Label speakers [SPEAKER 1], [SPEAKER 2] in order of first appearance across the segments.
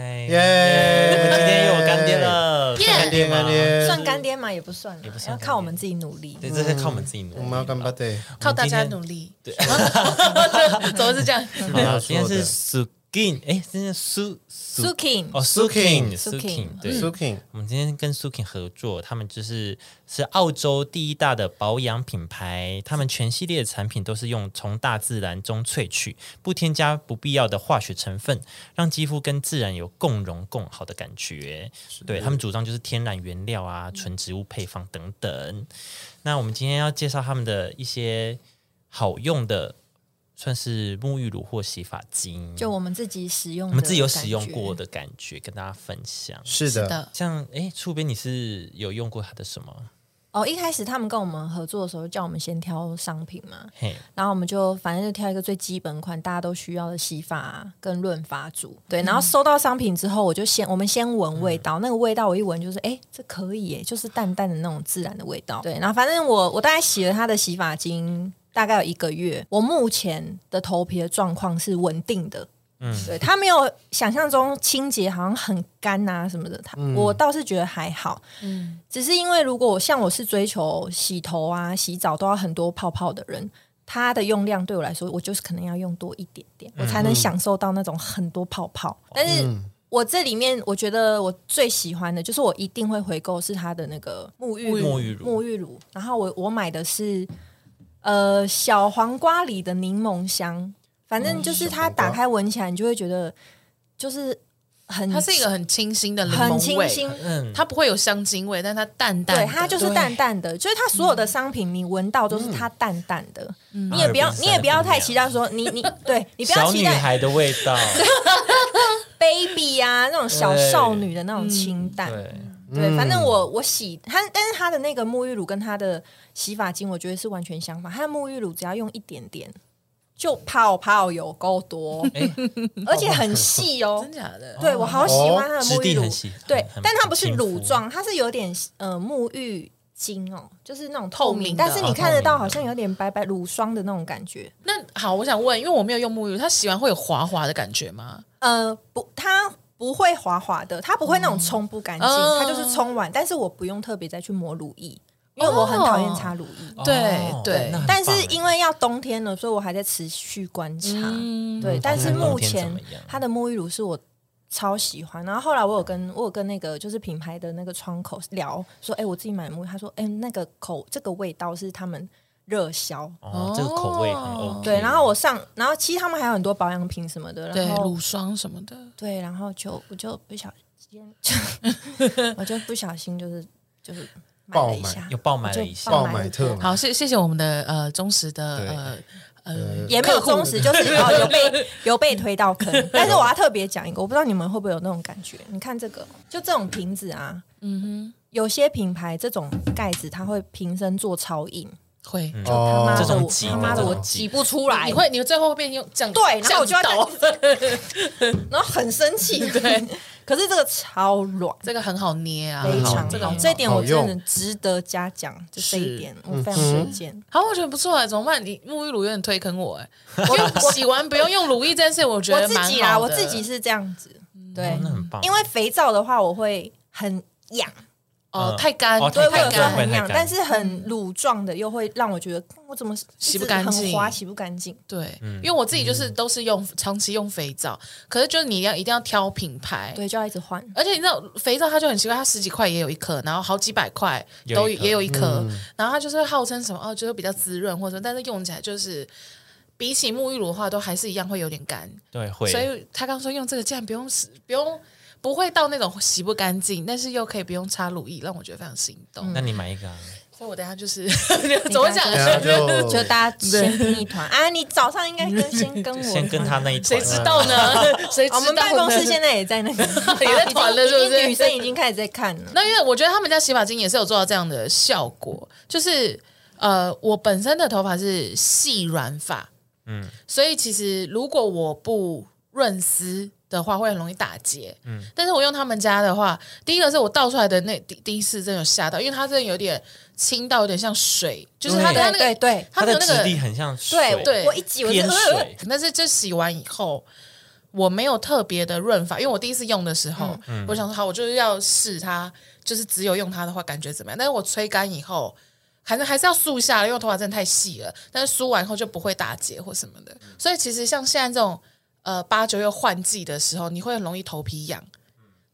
[SPEAKER 1] 我们哎
[SPEAKER 2] 耶！
[SPEAKER 1] 今天又有干爹了，
[SPEAKER 3] 耶
[SPEAKER 1] 算干爹
[SPEAKER 2] 干
[SPEAKER 1] 吗？
[SPEAKER 2] 爹，
[SPEAKER 3] 算干爹吗？也不算啦，
[SPEAKER 1] 呃也不算
[SPEAKER 3] 要靠我们自己努力。
[SPEAKER 1] 对，这是靠我们自己努力。
[SPEAKER 2] 我们要干巴爹。
[SPEAKER 4] 靠大家努力。 对，怎么 是这样？
[SPEAKER 1] 好了，今天是 Sukin，哎，今天是 Su Su
[SPEAKER 3] Sukin
[SPEAKER 1] 哦，Sukin
[SPEAKER 3] Sukin，
[SPEAKER 1] Sukin，对
[SPEAKER 2] s u k i n
[SPEAKER 1] 我们今天跟 Sukin 合作，他们就是是澳洲第一大的保养品牌，他们全系列的产品都是用从大自然中萃取，不添加不必要的化学成分，让肌肤跟自然有共融共好的感觉。对他们主张就是天然原料啊、纯植物配方等等。那我们今天要介绍他们的一些好用的，算是沐浴乳或洗发精，
[SPEAKER 3] 就我们自己使用的感觉，
[SPEAKER 1] 我们自己有使用过的感觉，跟大家分享。
[SPEAKER 2] 是
[SPEAKER 4] 是
[SPEAKER 2] 的，
[SPEAKER 4] 的，
[SPEAKER 1] 像哎，触边你是有用过它的什么？
[SPEAKER 3] 哦。一开始他们跟我们合作的时候，叫我们先挑商品嘛，
[SPEAKER 1] 嘿，
[SPEAKER 3] 然后我们就反正就挑一个最基本款，大家都需要的洗发跟润发组。对，然后收到商品之后，我就先我们先闻味道，那个味道我一闻就是，哎，这可以耶，就是淡淡的那种自然的味道。对，然后反正我我大概洗了它的洗发精。大概有一个月，我目前的头皮的状况是稳定的，
[SPEAKER 1] 嗯，
[SPEAKER 3] 对，它没有想象中清洁好像很干啊什么的，它、我倒是觉得还好，
[SPEAKER 4] 嗯，
[SPEAKER 3] 只是因为如果我像我是追求洗头啊、洗澡都要很多泡泡的人，它的用量对我来说，我就是可能要用多一点点，我才能享受到那种很多泡泡。但
[SPEAKER 2] 嗯
[SPEAKER 3] 是我这里面，我觉得我最喜欢的就是我一定会回购是它的那个沐浴
[SPEAKER 1] 沐浴乳
[SPEAKER 3] 沐浴乳。然后我我买的是呃小黄瓜里的柠檬香，反
[SPEAKER 1] 哦
[SPEAKER 3] 正就是
[SPEAKER 2] 小
[SPEAKER 3] 它
[SPEAKER 2] 黄瓜
[SPEAKER 3] 打开闻起来，你就会觉得就是很
[SPEAKER 4] 它是一个很清新的
[SPEAKER 3] 嗯
[SPEAKER 4] 柠
[SPEAKER 3] 很
[SPEAKER 4] 檬
[SPEAKER 3] 清
[SPEAKER 4] 味，
[SPEAKER 3] 新，
[SPEAKER 1] 嗯，
[SPEAKER 4] 它不会有香精味，但它淡淡的，嗯
[SPEAKER 3] 对，它就是淡淡的，就是它所有的商品，你闻到都是
[SPEAKER 1] 嗯
[SPEAKER 3] 它淡淡的。你也不要，你也不要太期待说 你你对你不要
[SPEAKER 1] 小
[SPEAKER 3] 期
[SPEAKER 1] 女
[SPEAKER 3] 待
[SPEAKER 1] 孩的味 道，
[SPEAKER 3] baby 啊那种小少女的那种清
[SPEAKER 4] 嗯
[SPEAKER 3] 淡。
[SPEAKER 1] 对，
[SPEAKER 3] 对，反
[SPEAKER 1] 嗯
[SPEAKER 3] 正我我洗它，但是它的那个沐浴乳跟它的洗发精，我觉得是完全相反。它的沐浴乳只要用一点点，就泡泡有够多， 而且很细哦
[SPEAKER 4] 真。假的？
[SPEAKER 3] 对我好喜欢它的
[SPEAKER 1] 哦质
[SPEAKER 3] 沐浴
[SPEAKER 1] 地
[SPEAKER 3] 乳
[SPEAKER 1] 很，细，
[SPEAKER 3] 对
[SPEAKER 1] 很，
[SPEAKER 3] 但它不是
[SPEAKER 1] 很
[SPEAKER 3] 乳
[SPEAKER 1] 亲肤
[SPEAKER 3] 状，它是有点呃沐浴精哦，就是那种
[SPEAKER 4] 透
[SPEAKER 3] 透
[SPEAKER 4] 明
[SPEAKER 3] 明，
[SPEAKER 4] 的
[SPEAKER 3] 但是
[SPEAKER 1] 哦
[SPEAKER 3] 你看得
[SPEAKER 1] 透
[SPEAKER 3] 到
[SPEAKER 1] 明
[SPEAKER 3] 好
[SPEAKER 1] 的
[SPEAKER 3] 像有点白白乳霜的那种感觉。
[SPEAKER 4] 那好，我想问，因为我没有用沐浴，乳，它洗完会有滑滑的感觉吗？
[SPEAKER 3] 呃，不，它不会滑滑的，它不会那种冲不干净，
[SPEAKER 4] 哦
[SPEAKER 3] 它就是冲完，但是我不用特别再去抹乳液，因为我很讨厌擦乳液。
[SPEAKER 1] 哦
[SPEAKER 4] 对对
[SPEAKER 1] 那很
[SPEAKER 3] 但是
[SPEAKER 1] 棒欸
[SPEAKER 3] 因为要冬天了，所以我还在持续观察。
[SPEAKER 4] 嗯，
[SPEAKER 3] 对，但是
[SPEAKER 1] 那冬
[SPEAKER 3] 目
[SPEAKER 1] 天怎
[SPEAKER 3] 前
[SPEAKER 1] 么样
[SPEAKER 3] 它的沐浴乳是我超喜欢。然后后来我有跟我有跟那个就是品牌的那个窗口聊，说，哎、我自己买的沐浴，他说，哎、那个口这个味道是他们热销。
[SPEAKER 1] 哦，这个口味很
[SPEAKER 4] 哦
[SPEAKER 1] OK，
[SPEAKER 3] 对，然后我上，然后其实他们还有很多保养品什么的，
[SPEAKER 4] 对
[SPEAKER 3] 然，后
[SPEAKER 4] 乳霜什么的，
[SPEAKER 3] 对，然后就我就不小心， 我就不小心就是就是买了一下，
[SPEAKER 1] 又爆买
[SPEAKER 3] 我就
[SPEAKER 1] 了一下，
[SPEAKER 2] 爆买特买，
[SPEAKER 4] 好，谢谢谢我们的呃忠实的呃呃
[SPEAKER 3] 也没有忠实，就是哦有被有被推到坑。但是我要特别讲一个，我不知道你们会不会有那种感觉。你看这个，就这种瓶子啊，
[SPEAKER 4] 嗯
[SPEAKER 3] 有些品牌这种盖子它会瓶身做超硬，
[SPEAKER 4] 哼会，
[SPEAKER 1] 嗯
[SPEAKER 3] 就他妈
[SPEAKER 1] 这
[SPEAKER 3] 的
[SPEAKER 1] 种
[SPEAKER 3] 我
[SPEAKER 1] 挤
[SPEAKER 3] 他妈
[SPEAKER 2] 的
[SPEAKER 3] 的我
[SPEAKER 2] 哦这种哦
[SPEAKER 3] 挤不出来，
[SPEAKER 4] 你会你最后会变用这样
[SPEAKER 3] 对，然后我就
[SPEAKER 4] 这
[SPEAKER 3] 要
[SPEAKER 4] 样
[SPEAKER 3] 这样
[SPEAKER 4] 倒，
[SPEAKER 3] 然后很生气。对，可是这个超软。
[SPEAKER 4] 这个很好捏啊，
[SPEAKER 3] 非
[SPEAKER 1] 好
[SPEAKER 3] 常
[SPEAKER 4] 这个
[SPEAKER 3] 好，
[SPEAKER 4] 很
[SPEAKER 3] 这一点我真
[SPEAKER 2] 好
[SPEAKER 3] 的
[SPEAKER 2] 用
[SPEAKER 3] 值得嘉奖，就这
[SPEAKER 4] 是
[SPEAKER 3] 一点我非常推荐。
[SPEAKER 4] 好，我觉得不错哎，怎么办？你沐浴乳有点推坑我哎，
[SPEAKER 3] 我我
[SPEAKER 4] 洗完不用用乳液这件事，我觉
[SPEAKER 3] 我
[SPEAKER 4] 得
[SPEAKER 3] 自
[SPEAKER 4] 蛮
[SPEAKER 3] 己
[SPEAKER 4] 好
[SPEAKER 3] 啦，
[SPEAKER 4] 的
[SPEAKER 3] 我自己是这样子，对，
[SPEAKER 1] 哦那很棒，
[SPEAKER 3] 因为肥皂的话我会很痒，
[SPEAKER 4] 哦
[SPEAKER 1] 嗯
[SPEAKER 4] 太干，
[SPEAKER 1] 哦
[SPEAKER 3] 对，我
[SPEAKER 1] 太
[SPEAKER 3] 有
[SPEAKER 1] 干
[SPEAKER 3] 时候
[SPEAKER 1] 会
[SPEAKER 3] 很
[SPEAKER 1] 太
[SPEAKER 3] 痒，
[SPEAKER 1] 干
[SPEAKER 3] 但是很乳状的又会让我觉得嗯我怎么
[SPEAKER 4] 洗不干
[SPEAKER 3] 一
[SPEAKER 4] 净
[SPEAKER 3] 直很滑洗不干净。
[SPEAKER 4] 对，
[SPEAKER 1] 嗯
[SPEAKER 4] 因为我自己就是都是用长期用肥皂，可是就是你要一定要挑品牌。
[SPEAKER 3] 对，就要一直换。
[SPEAKER 4] 而且你知道肥皂它就很奇怪，它十几块也有一颗，然后好几百块
[SPEAKER 1] 有
[SPEAKER 4] 都
[SPEAKER 1] 一颗
[SPEAKER 4] 也有一
[SPEAKER 2] 嗯
[SPEAKER 4] 颗，
[SPEAKER 3] 嗯
[SPEAKER 4] 然后它就是号称什么哦，就是比较滋润或者什么，但是用起来就是比起沐浴乳的话，都还是一样会有点干。
[SPEAKER 1] 对会，
[SPEAKER 4] 所以他刚说用这个竟然不用洗，不用不会到那种洗不干净，但是又可以不用擦乳液，让我觉得非常心动。
[SPEAKER 1] 那你买一个啊，
[SPEAKER 4] 所以我等一下就是 怎么讲？
[SPEAKER 2] 然后就
[SPEAKER 3] 就大家先拼一团啊！你早上应该跟先跟我，
[SPEAKER 1] 先跟他那一啊
[SPEAKER 4] 谁
[SPEAKER 1] 团，
[SPEAKER 4] 知道 呢？谁知
[SPEAKER 3] 我
[SPEAKER 4] 道呢
[SPEAKER 3] 们办公室现在也在那个，
[SPEAKER 4] 也在团了是不是
[SPEAKER 3] 已经女生已经开始在看了。
[SPEAKER 4] 那因为我觉得他们家洗发精也是有做到这样的效果，就是呃，我本身的头发是细软发，嗯
[SPEAKER 1] 嗯，
[SPEAKER 4] 所以其实如果我不润丝的话，会很容易打结，嗯。但是我用他们家的话，第一个是我倒出来的那第第一次真的有吓到，因为它真的有点清到有点像水， 就是它的它
[SPEAKER 3] 对
[SPEAKER 4] 那
[SPEAKER 3] 对
[SPEAKER 4] 个
[SPEAKER 3] 对
[SPEAKER 4] 它
[SPEAKER 1] 它
[SPEAKER 4] 的
[SPEAKER 1] 的
[SPEAKER 4] 那
[SPEAKER 1] 质地
[SPEAKER 4] 个，
[SPEAKER 1] 很像水
[SPEAKER 3] 对，
[SPEAKER 4] 对
[SPEAKER 3] 我一挤我就
[SPEAKER 1] 偏
[SPEAKER 3] 呃
[SPEAKER 1] 水，
[SPEAKER 4] 但是就洗完以后。我没有特别的润发，因为我第一次用的时候，我想说好，我就是要试它，就是只有用它的话感觉怎么样？但是我吹干以后，还是还是要梳一下，因为我头发真的太细了。但是梳完后就不会打结或什么的。所以其实像现在这种呃八九月换季的时候，你会很容易头皮痒，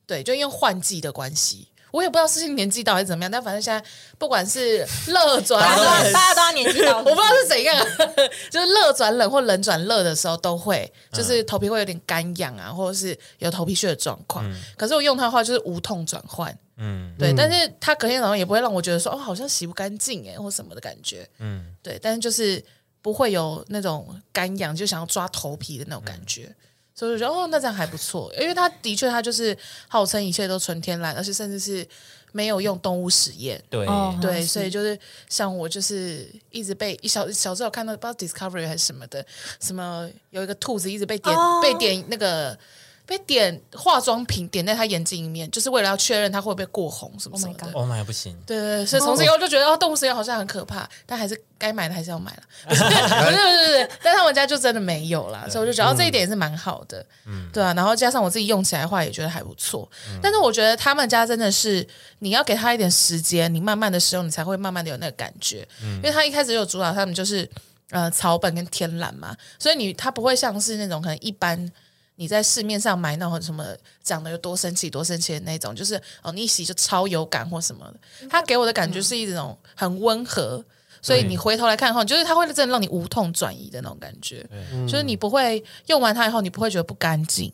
[SPEAKER 4] 对，就因为换季的关系。我也不知道是因为年纪到还是怎么样，但反正现在不管是热转
[SPEAKER 3] 大家
[SPEAKER 4] 啊
[SPEAKER 3] 都
[SPEAKER 4] 冷
[SPEAKER 3] 要大家都要年纪到，
[SPEAKER 4] 我不知道是怎样， 就是热转冷或冷转热的时候都会，
[SPEAKER 1] 嗯
[SPEAKER 4] 就是头皮会有点干痒啊，或者是有头皮屑的状况。可是我用它的话就是无痛转换，
[SPEAKER 1] 嗯
[SPEAKER 4] 对，
[SPEAKER 2] 嗯
[SPEAKER 4] 但是它隔天早上也不会让我觉得说哦好像洗不干净哎或什么的感觉，
[SPEAKER 1] 嗯，
[SPEAKER 4] 对，但是就是不会有那种干痒就想要抓头皮的那种感觉。
[SPEAKER 1] 嗯
[SPEAKER 4] 所以我就觉得哦，那这样还不错，因为它的确它就是号称一切都纯天然，而且甚至是没有用动物实验，
[SPEAKER 1] 对，
[SPEAKER 3] 哦
[SPEAKER 4] 对，
[SPEAKER 3] 是
[SPEAKER 4] 所以就是像我就是一直被一小小时候看到不知道 Discovery 还是什么的，什么有一个兔子一直被点、
[SPEAKER 3] 哦
[SPEAKER 4] 被点那个被点化妆品点在他眼睛里面，就是为了要确认他会不会过红什么
[SPEAKER 3] Oh my
[SPEAKER 4] 什么的。
[SPEAKER 3] God
[SPEAKER 1] 哦妈呀，不行，
[SPEAKER 4] 对对，对所以从此以后就觉得哦，动物实验好像很可怕，但还是该买的还是要 买了。 对对对对，但他们家就真的没有啦，所以我就觉得哦
[SPEAKER 3] 嗯
[SPEAKER 4] 这一点也是蛮好的，对啊。然后加上我自己用起来的话，也觉得还不错。
[SPEAKER 3] 嗯
[SPEAKER 4] 但是我觉得他们家真的是你要给他一点时间，你慢慢的使用，你才会慢慢的有那个感觉。因为他一开始就有主打他们就是呃草本跟天然嘛，所以你它不会像是那种可能一般。你在市面上买那种什么讲的有多神奇、多神奇的那种，就是哦，你一洗就超有感或什么的。它给我的感觉是一种很温和，所以你回头来看后，就是它会真的让你无痛转移的那种感觉，就是你不会用完它以后，你不会觉得不干净，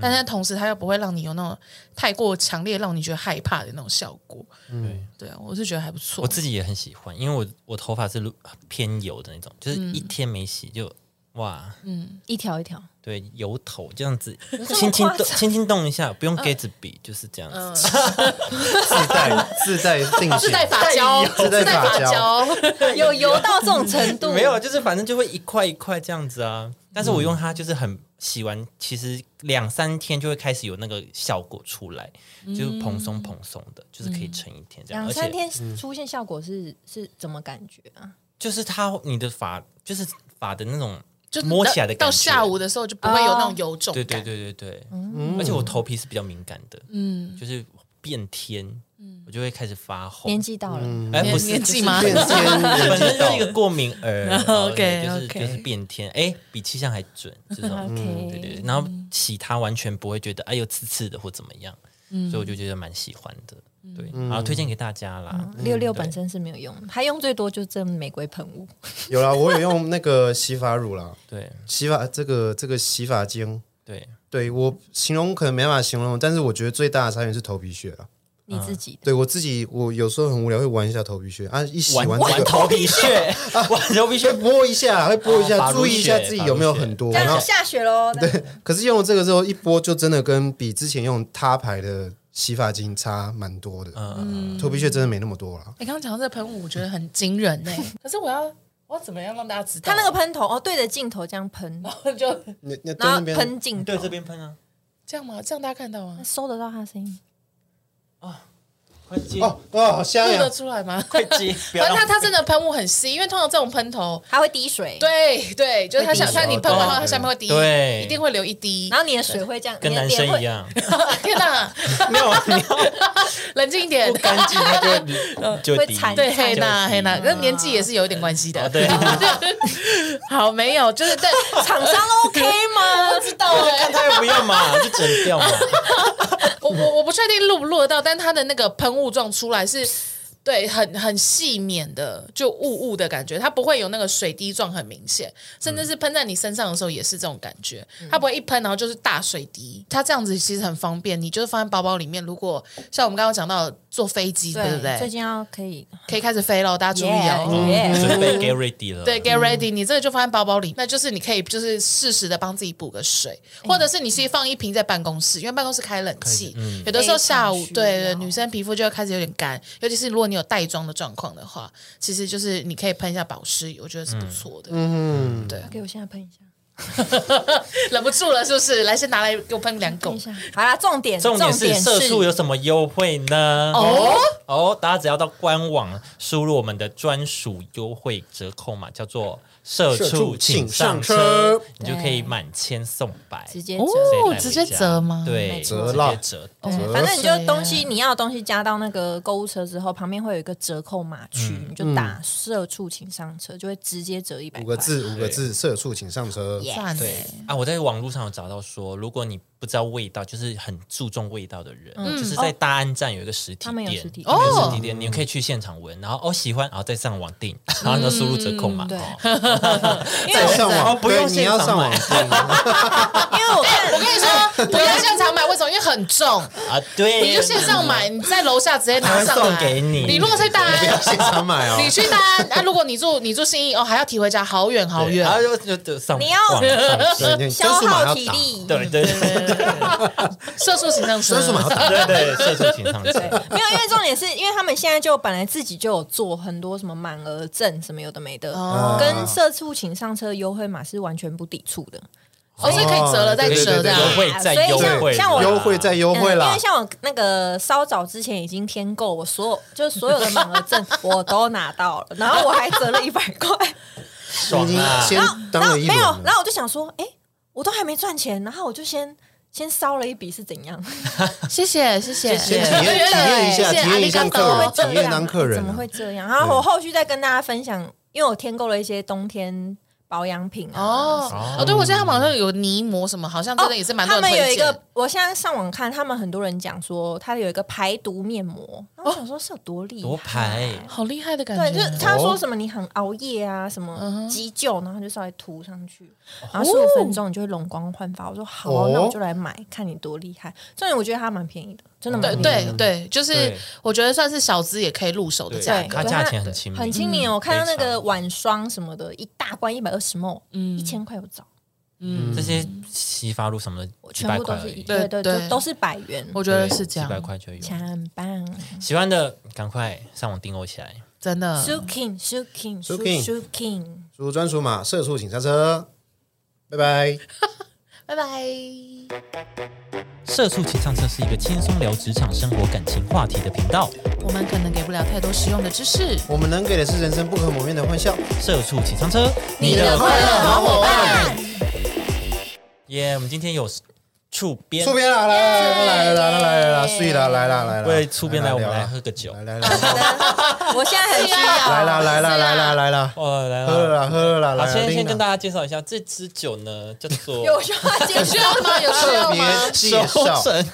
[SPEAKER 4] 但
[SPEAKER 1] 嗯
[SPEAKER 4] 是同时它又不会让你有那种太过强烈让你觉得害怕的那种效果。
[SPEAKER 1] 对。
[SPEAKER 4] 对啊，我是觉得还不
[SPEAKER 1] 嗯
[SPEAKER 4] 错
[SPEAKER 1] 我。自己也很喜欢，因为我我头发是偏油的那种，就是
[SPEAKER 3] 嗯
[SPEAKER 1] 一天没洗就哇，
[SPEAKER 3] 一条一条，
[SPEAKER 1] 对，油头这样子，
[SPEAKER 3] 这么
[SPEAKER 1] 轻轻
[SPEAKER 3] 夸
[SPEAKER 1] 动，
[SPEAKER 3] 张嗯
[SPEAKER 1] 轻轻动一 下，不用 get 子比，就是这样子。
[SPEAKER 2] 自带自带定型
[SPEAKER 4] 自，带发胶，
[SPEAKER 2] 自带
[SPEAKER 4] 自带发
[SPEAKER 2] 发胶
[SPEAKER 4] 胶，
[SPEAKER 3] 有油到这种程度，
[SPEAKER 1] 没有，就是反正就会一块一块这样子啊。但是我用它就是很洗
[SPEAKER 3] 嗯
[SPEAKER 1] 完，其实两三天就会开始有那个效果出来，就是蓬松蓬松的，就是可以撑一天这样。
[SPEAKER 3] 嗯两
[SPEAKER 1] 而
[SPEAKER 3] 三
[SPEAKER 1] 且
[SPEAKER 3] 天出现效果是是怎么感觉啊？
[SPEAKER 1] 就是它你的发就是发的那种，
[SPEAKER 4] 就
[SPEAKER 1] 摸起来的感觉
[SPEAKER 4] 到下午的时候就不会有那种油肿
[SPEAKER 1] 对
[SPEAKER 4] 感。
[SPEAKER 1] 对对对对，
[SPEAKER 2] 嗯
[SPEAKER 1] 而且我头皮是比较敏感的，
[SPEAKER 4] 嗯，
[SPEAKER 1] 就是变天，
[SPEAKER 3] 嗯
[SPEAKER 1] 我就会开始发红啊
[SPEAKER 3] 年。纪到了，
[SPEAKER 1] 哎，
[SPEAKER 4] 年
[SPEAKER 1] 不是
[SPEAKER 4] 年纪吗
[SPEAKER 2] 变天
[SPEAKER 1] 本身
[SPEAKER 2] 人
[SPEAKER 1] 就是一
[SPEAKER 2] 到
[SPEAKER 1] 个过敏 儿
[SPEAKER 4] OK，
[SPEAKER 1] 就是
[SPEAKER 4] OK
[SPEAKER 1] 就是变天，哎，比气象还准，这种嗯
[SPEAKER 3] OK
[SPEAKER 1] 对对对。然后洗它完全不会觉得哎呦刺刺的或怎么样，所以我就觉得蛮喜欢的，对，好推荐给大家啦。
[SPEAKER 3] 嗯六六本身是没有用，他用最多就这玫瑰喷雾，
[SPEAKER 2] 有啦，我有用那个洗发乳啦，
[SPEAKER 1] 对
[SPEAKER 2] 洗发这个这个洗发精，
[SPEAKER 1] 对，
[SPEAKER 2] 对我形容可能没办法形容，但是我觉得最大的差别是头皮屑啦。
[SPEAKER 3] 你自己
[SPEAKER 1] 嗯
[SPEAKER 3] 的
[SPEAKER 2] 对我自己，我有时候很无聊会玩一下头皮屑啊，一洗
[SPEAKER 1] 玩
[SPEAKER 2] 完这
[SPEAKER 1] 玩
[SPEAKER 2] 个
[SPEAKER 1] 头皮 屑，玩头皮
[SPEAKER 2] 会
[SPEAKER 1] 屑，
[SPEAKER 2] 拨一下啦，会拨一
[SPEAKER 1] 哦发
[SPEAKER 2] 下，
[SPEAKER 1] 乳
[SPEAKER 2] 注意一下
[SPEAKER 1] 屑
[SPEAKER 2] 自己
[SPEAKER 1] 发
[SPEAKER 2] 有
[SPEAKER 1] 乳
[SPEAKER 2] 没有
[SPEAKER 1] 屑
[SPEAKER 2] 很多。
[SPEAKER 3] 这
[SPEAKER 2] 然
[SPEAKER 3] 样
[SPEAKER 2] 后
[SPEAKER 3] 就下雪 喽。对，
[SPEAKER 2] 可是用了这个之后，一拨就真的跟比之前用他牌的洗发精差蛮多的，
[SPEAKER 1] 嗯，
[SPEAKER 2] 头皮屑真的没那么多了。
[SPEAKER 4] 你刚刚讲到这个喷雾，我觉得很惊 人呢、可是我要我要怎么样让大家知道？
[SPEAKER 3] 他那个喷头哦，对着镜头这样喷，
[SPEAKER 4] 个就
[SPEAKER 2] 你你对
[SPEAKER 3] 然
[SPEAKER 2] 那
[SPEAKER 3] 后
[SPEAKER 2] 边
[SPEAKER 3] 喷镜头
[SPEAKER 1] 对，这边喷啊，
[SPEAKER 4] 这样吗？这样大家看到吗？
[SPEAKER 3] 收得到他的声音。
[SPEAKER 1] 快接
[SPEAKER 2] 哦哦，好
[SPEAKER 4] 录
[SPEAKER 2] 香呀
[SPEAKER 4] 得！出来吗？
[SPEAKER 1] 快接，不要
[SPEAKER 4] 反正它
[SPEAKER 1] 让
[SPEAKER 4] 它真的喷雾很细，因为通常这种喷头，
[SPEAKER 3] 它会滴水，，
[SPEAKER 4] 对对，就是它
[SPEAKER 3] 会滴
[SPEAKER 4] 下它你喷完后，
[SPEAKER 2] 对
[SPEAKER 4] 它下面会滴，
[SPEAKER 1] 对
[SPEAKER 4] 一定会留一滴
[SPEAKER 3] 然。后你的水会这样，
[SPEAKER 1] 跟
[SPEAKER 3] 你的
[SPEAKER 1] 男
[SPEAKER 3] 脸
[SPEAKER 1] 生
[SPEAKER 3] 会
[SPEAKER 1] 一，样，
[SPEAKER 4] 天哪，
[SPEAKER 1] 没有啊你
[SPEAKER 4] 冷静一点
[SPEAKER 1] 不。干净，它就会
[SPEAKER 3] 呃会
[SPEAKER 1] 就
[SPEAKER 3] 残
[SPEAKER 1] 滴。
[SPEAKER 4] 对，黑娜
[SPEAKER 1] 就
[SPEAKER 4] 黑
[SPEAKER 1] 是
[SPEAKER 4] 娜，跟年纪也是有一点关系的。
[SPEAKER 1] 哦，对，
[SPEAKER 4] 好，没有，就是对，
[SPEAKER 3] 厂商 OK 吗？知道
[SPEAKER 1] 看它又不要嘛，就整掉嘛。
[SPEAKER 4] 我我我不确定录不录得到，但它的那个喷雾状出来是。对，很很细绵的，就雾雾的感觉，它不会有那个水滴状很明显，甚至是喷在你身上的时候也是这种感觉，它不会一喷然后就是大水滴，它这样子其实很方便，你就是放在包包里面。如果像我们刚刚讲到坐飞机，对不
[SPEAKER 3] 最
[SPEAKER 4] 对？
[SPEAKER 3] 近要可以，
[SPEAKER 4] 可以开始飞喽，大家注意哦。
[SPEAKER 3] 耶，
[SPEAKER 1] 准备 get ready 了。
[SPEAKER 4] 对，get ready，你这个就放在包包里，那就是你可以就是适时的帮自己补个水，
[SPEAKER 1] 哎
[SPEAKER 4] 或者是你其实放一瓶在办公室，因为办公室开冷气，有的时候
[SPEAKER 1] 哎
[SPEAKER 4] 下午
[SPEAKER 3] 非常需
[SPEAKER 4] 对对，
[SPEAKER 3] 要
[SPEAKER 4] 女生皮肤就会开始有点干，尤其是如果你有带妆的状况的话，其实就是你可以喷一下保湿，我觉得是不错的。
[SPEAKER 2] 嗯，
[SPEAKER 4] 对，
[SPEAKER 3] 给我现在喷一下。
[SPEAKER 4] 忍不住了，是不是？来，先拿来
[SPEAKER 1] 嗯
[SPEAKER 4] 给我喷两
[SPEAKER 3] 等
[SPEAKER 4] 口
[SPEAKER 3] 一。下，好啦，重点
[SPEAKER 1] 重点是
[SPEAKER 3] 是
[SPEAKER 1] 色素有什么优惠呢？
[SPEAKER 4] 哦，
[SPEAKER 1] 哦，大家只要到官网输入我们的专属优惠折扣码，叫做“社
[SPEAKER 2] 社
[SPEAKER 1] 畜
[SPEAKER 2] 畜
[SPEAKER 1] 请
[SPEAKER 2] 请
[SPEAKER 1] 上
[SPEAKER 2] 上
[SPEAKER 1] 车
[SPEAKER 2] 车”，
[SPEAKER 1] 你就可以满千送百，
[SPEAKER 3] 直接折
[SPEAKER 4] 哦
[SPEAKER 1] 带回
[SPEAKER 4] 直接
[SPEAKER 1] 家
[SPEAKER 4] 折吗
[SPEAKER 1] 对，
[SPEAKER 3] 没
[SPEAKER 2] 错
[SPEAKER 1] 直
[SPEAKER 2] 折啦
[SPEAKER 1] 接折。
[SPEAKER 2] 折
[SPEAKER 3] 反正你就东西，你要的东西加到那个购物车之后，旁边会有一个折扣码区，你就打“社畜请上车”，就会直接折一百
[SPEAKER 2] 嗯五
[SPEAKER 3] 块
[SPEAKER 2] 个。字，五个字，社畜请上车。
[SPEAKER 3] Yeah
[SPEAKER 4] 赚
[SPEAKER 1] 对啊，我在网络上有找到说，如果你不知道味道，就是很注重味道的人，就是在大安站有一个实体
[SPEAKER 3] 嗯他们有
[SPEAKER 1] 店
[SPEAKER 3] 实体，店
[SPEAKER 1] 他们有
[SPEAKER 4] 哦
[SPEAKER 1] 实体店，你可以去现场闻，然后哦喜欢，然后再上网订，然后你就输入折扣码。
[SPEAKER 3] 嗯嗯对
[SPEAKER 1] 哦
[SPEAKER 2] 再上
[SPEAKER 1] 哦
[SPEAKER 2] 网，
[SPEAKER 1] 不用
[SPEAKER 2] 对你
[SPEAKER 1] 现
[SPEAKER 2] 要
[SPEAKER 1] 场
[SPEAKER 2] 上网
[SPEAKER 1] 买
[SPEAKER 2] 订，
[SPEAKER 3] 因为我 看
[SPEAKER 4] 我跟 你说，不要现场买，为什么？因为很重，
[SPEAKER 1] 啊，对，
[SPEAKER 4] 你就线上买，你在楼下直接拿上
[SPEAKER 1] 他会
[SPEAKER 4] 来。
[SPEAKER 1] 送给你
[SPEAKER 4] 你如果 在大
[SPEAKER 2] 不要
[SPEAKER 4] 安，
[SPEAKER 2] 现场买哦。
[SPEAKER 4] 你去大安，那、啊如果你住你住信义，哦，还要提回家，好远好
[SPEAKER 1] 对
[SPEAKER 4] 远
[SPEAKER 1] 然。后就就就上
[SPEAKER 3] 你要
[SPEAKER 1] 网上
[SPEAKER 2] 对你
[SPEAKER 3] 消
[SPEAKER 2] 分数码
[SPEAKER 3] 耗
[SPEAKER 2] 要
[SPEAKER 3] 体
[SPEAKER 2] 打，
[SPEAKER 3] 力，
[SPEAKER 1] 对对对
[SPEAKER 4] 色素形象车
[SPEAKER 2] 分数码要打，
[SPEAKER 1] 对对，社畜请上
[SPEAKER 3] 对，
[SPEAKER 1] 车。
[SPEAKER 3] 没有，因为重点是因为他们现在就本来自己就有做很多什么满额赠什么有的没的，
[SPEAKER 2] 啊
[SPEAKER 4] 哦
[SPEAKER 3] 跟社畜请上车优惠码是完全不抵触的。
[SPEAKER 4] 哦，所以可以折了再折
[SPEAKER 2] 对对对
[SPEAKER 4] 这
[SPEAKER 2] 对
[SPEAKER 4] 样。
[SPEAKER 1] 优惠再优惠啦，
[SPEAKER 3] 所以像像我
[SPEAKER 2] 优惠再优惠
[SPEAKER 3] 嗯因
[SPEAKER 2] 啦
[SPEAKER 3] 为。像我那个稍早之前已经添购，我所有就是所有的满额赠 我都拿到了，然后我还折了一百块，
[SPEAKER 2] 你已
[SPEAKER 1] 爽
[SPEAKER 2] 经
[SPEAKER 1] 啊！
[SPEAKER 2] 先当
[SPEAKER 3] 然后
[SPEAKER 2] 了一
[SPEAKER 3] 没
[SPEAKER 2] 轮
[SPEAKER 3] 有，然
[SPEAKER 2] 了，
[SPEAKER 3] 后我就想说，哎，我都还没赚钱，然后我就先。先烧了一笔是怎 样？
[SPEAKER 4] 谢谢谢谢
[SPEAKER 2] 先体验体验一下，
[SPEAKER 4] 谢谢
[SPEAKER 2] 体验一
[SPEAKER 4] 阿
[SPEAKER 2] 下客
[SPEAKER 4] 里嘎
[SPEAKER 2] 人，
[SPEAKER 4] 多
[SPEAKER 2] 体验当客人啊。
[SPEAKER 3] 怎么会这样？然后我后续再跟大家分享，因为我添购了一些冬天保养品啊，
[SPEAKER 4] 哦哦，对，我记得他们好像有泥膜什么，好像真的也是蛮
[SPEAKER 3] 他
[SPEAKER 4] 多人
[SPEAKER 3] 们有
[SPEAKER 4] 推
[SPEAKER 3] 一
[SPEAKER 4] 荐
[SPEAKER 3] 个。，我现在上网看，他们很多人讲说，它有一个排毒面膜。然后我想说是有多厉害，啊
[SPEAKER 1] 多排
[SPEAKER 4] 好厉害的感
[SPEAKER 3] 对，
[SPEAKER 4] 觉，
[SPEAKER 3] 就是他说什么你很熬夜啊，什
[SPEAKER 1] 嗯
[SPEAKER 3] 么急救，然后就稍微涂上去，
[SPEAKER 1] 哦
[SPEAKER 3] 然后十五分钟你就会容光焕发。我说好啊、
[SPEAKER 2] 哦
[SPEAKER 3] 那我就来买，看你多厉害。重点我觉得它蛮便宜的，真的蛮
[SPEAKER 4] 对
[SPEAKER 3] 便宜的。
[SPEAKER 2] 嗯
[SPEAKER 4] 对对，就是
[SPEAKER 1] 对
[SPEAKER 4] 我觉得算是小资也可以入手的
[SPEAKER 1] 对
[SPEAKER 4] 价格。
[SPEAKER 1] 它价钱很亲
[SPEAKER 3] 很
[SPEAKER 1] 民，
[SPEAKER 3] 亲民哦，我看到那
[SPEAKER 1] 非
[SPEAKER 3] 个
[SPEAKER 1] 常
[SPEAKER 3] 晚霜什么的，一大罐一百二十 ml，一千块有找，
[SPEAKER 2] 嗯
[SPEAKER 1] 这些洗发露什么的，
[SPEAKER 3] 我
[SPEAKER 1] 几
[SPEAKER 3] 全
[SPEAKER 1] 百
[SPEAKER 3] 部都
[SPEAKER 1] 块而
[SPEAKER 3] 是
[SPEAKER 1] 已，
[SPEAKER 3] 对
[SPEAKER 4] 对
[SPEAKER 3] 对
[SPEAKER 4] 对
[SPEAKER 3] 对，都是百元，
[SPEAKER 4] 我觉
[SPEAKER 1] 对
[SPEAKER 4] 得是
[SPEAKER 1] 几
[SPEAKER 4] 这
[SPEAKER 1] 百
[SPEAKER 4] 样，
[SPEAKER 1] 块就有。
[SPEAKER 3] 很棒。
[SPEAKER 1] 喜欢的赶快上网订购起来。
[SPEAKER 4] 真的。
[SPEAKER 3] Suking Suking
[SPEAKER 2] Suking
[SPEAKER 3] Suking。
[SPEAKER 2] 输入专属码，社畜请上车，拜拜。
[SPEAKER 4] 拜拜。
[SPEAKER 1] 社畜请上车是一个轻松聊职场、生活、感情话题的频道。
[SPEAKER 4] 我们可能给不了太多实用的知识，
[SPEAKER 2] 我们能给的是人生不可磨灭的欢笑。
[SPEAKER 1] 社畜请上车，你
[SPEAKER 4] 的快乐好
[SPEAKER 2] 哦
[SPEAKER 4] 伙伴。
[SPEAKER 1] 耶！我们今天有触边
[SPEAKER 2] 出，边来了，来了，来了，来了，睡了，来了，来了。
[SPEAKER 1] 为触边来，我们
[SPEAKER 2] 聊
[SPEAKER 1] 来
[SPEAKER 2] 啊
[SPEAKER 1] 喝个酒。
[SPEAKER 2] 来来来
[SPEAKER 3] 我现在很需 要。
[SPEAKER 2] 来啦来啦来啦来啦，
[SPEAKER 1] 哦，来
[SPEAKER 2] 喝
[SPEAKER 1] 了。
[SPEAKER 2] 了啦喝 了啦，来
[SPEAKER 1] 好，
[SPEAKER 2] 啦
[SPEAKER 1] 先先
[SPEAKER 2] 拎啦
[SPEAKER 1] 跟大家介绍一下，这支酒呢叫做
[SPEAKER 3] 有需要解决
[SPEAKER 4] 需要吗？有需要
[SPEAKER 2] 特
[SPEAKER 4] 吗？
[SPEAKER 2] 别介
[SPEAKER 1] 熟
[SPEAKER 2] 绍，
[SPEAKER 1] 成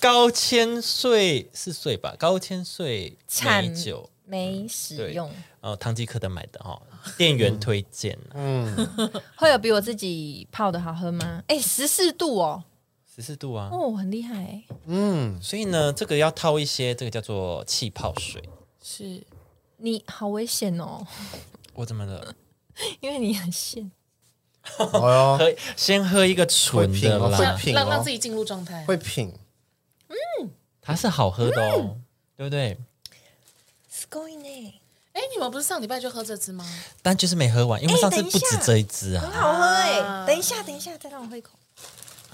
[SPEAKER 1] 高千岁是岁吧？高千岁
[SPEAKER 3] 产
[SPEAKER 1] 美酒，
[SPEAKER 3] 没使用，
[SPEAKER 1] 呃，唐吉诃德买的哦，店员推荐啊
[SPEAKER 2] 嗯，
[SPEAKER 3] 会有比我自己泡的好喝吗？哎，十四度哦，
[SPEAKER 1] 十四度啊。
[SPEAKER 3] 哦，很厉害欸。
[SPEAKER 2] 嗯
[SPEAKER 1] 所以呢，这个要套一些这个叫做气泡水。
[SPEAKER 4] 是
[SPEAKER 3] 你好危险哦，
[SPEAKER 1] 我怎么了？
[SPEAKER 3] 因为你很陷。
[SPEAKER 2] 哎呦，
[SPEAKER 1] 喝先喝一个纯的
[SPEAKER 2] 会品哦
[SPEAKER 1] 啦
[SPEAKER 2] 会，品
[SPEAKER 4] 让
[SPEAKER 2] 哦
[SPEAKER 4] 让自己进入状态。
[SPEAKER 2] 会品，
[SPEAKER 1] 它是好喝的哦，
[SPEAKER 2] 嗯
[SPEAKER 1] 对不对？
[SPEAKER 3] It's going 呢，
[SPEAKER 4] 哎，你们不是上礼拜就喝这支吗？
[SPEAKER 1] 但就是没喝完，因为
[SPEAKER 3] 哎
[SPEAKER 1] 上次
[SPEAKER 3] 等一
[SPEAKER 1] 不
[SPEAKER 3] 下
[SPEAKER 1] 止这一支啊，
[SPEAKER 3] 很好喝
[SPEAKER 4] 啊
[SPEAKER 3] 哎。等一下，等一下，再让我喝一口。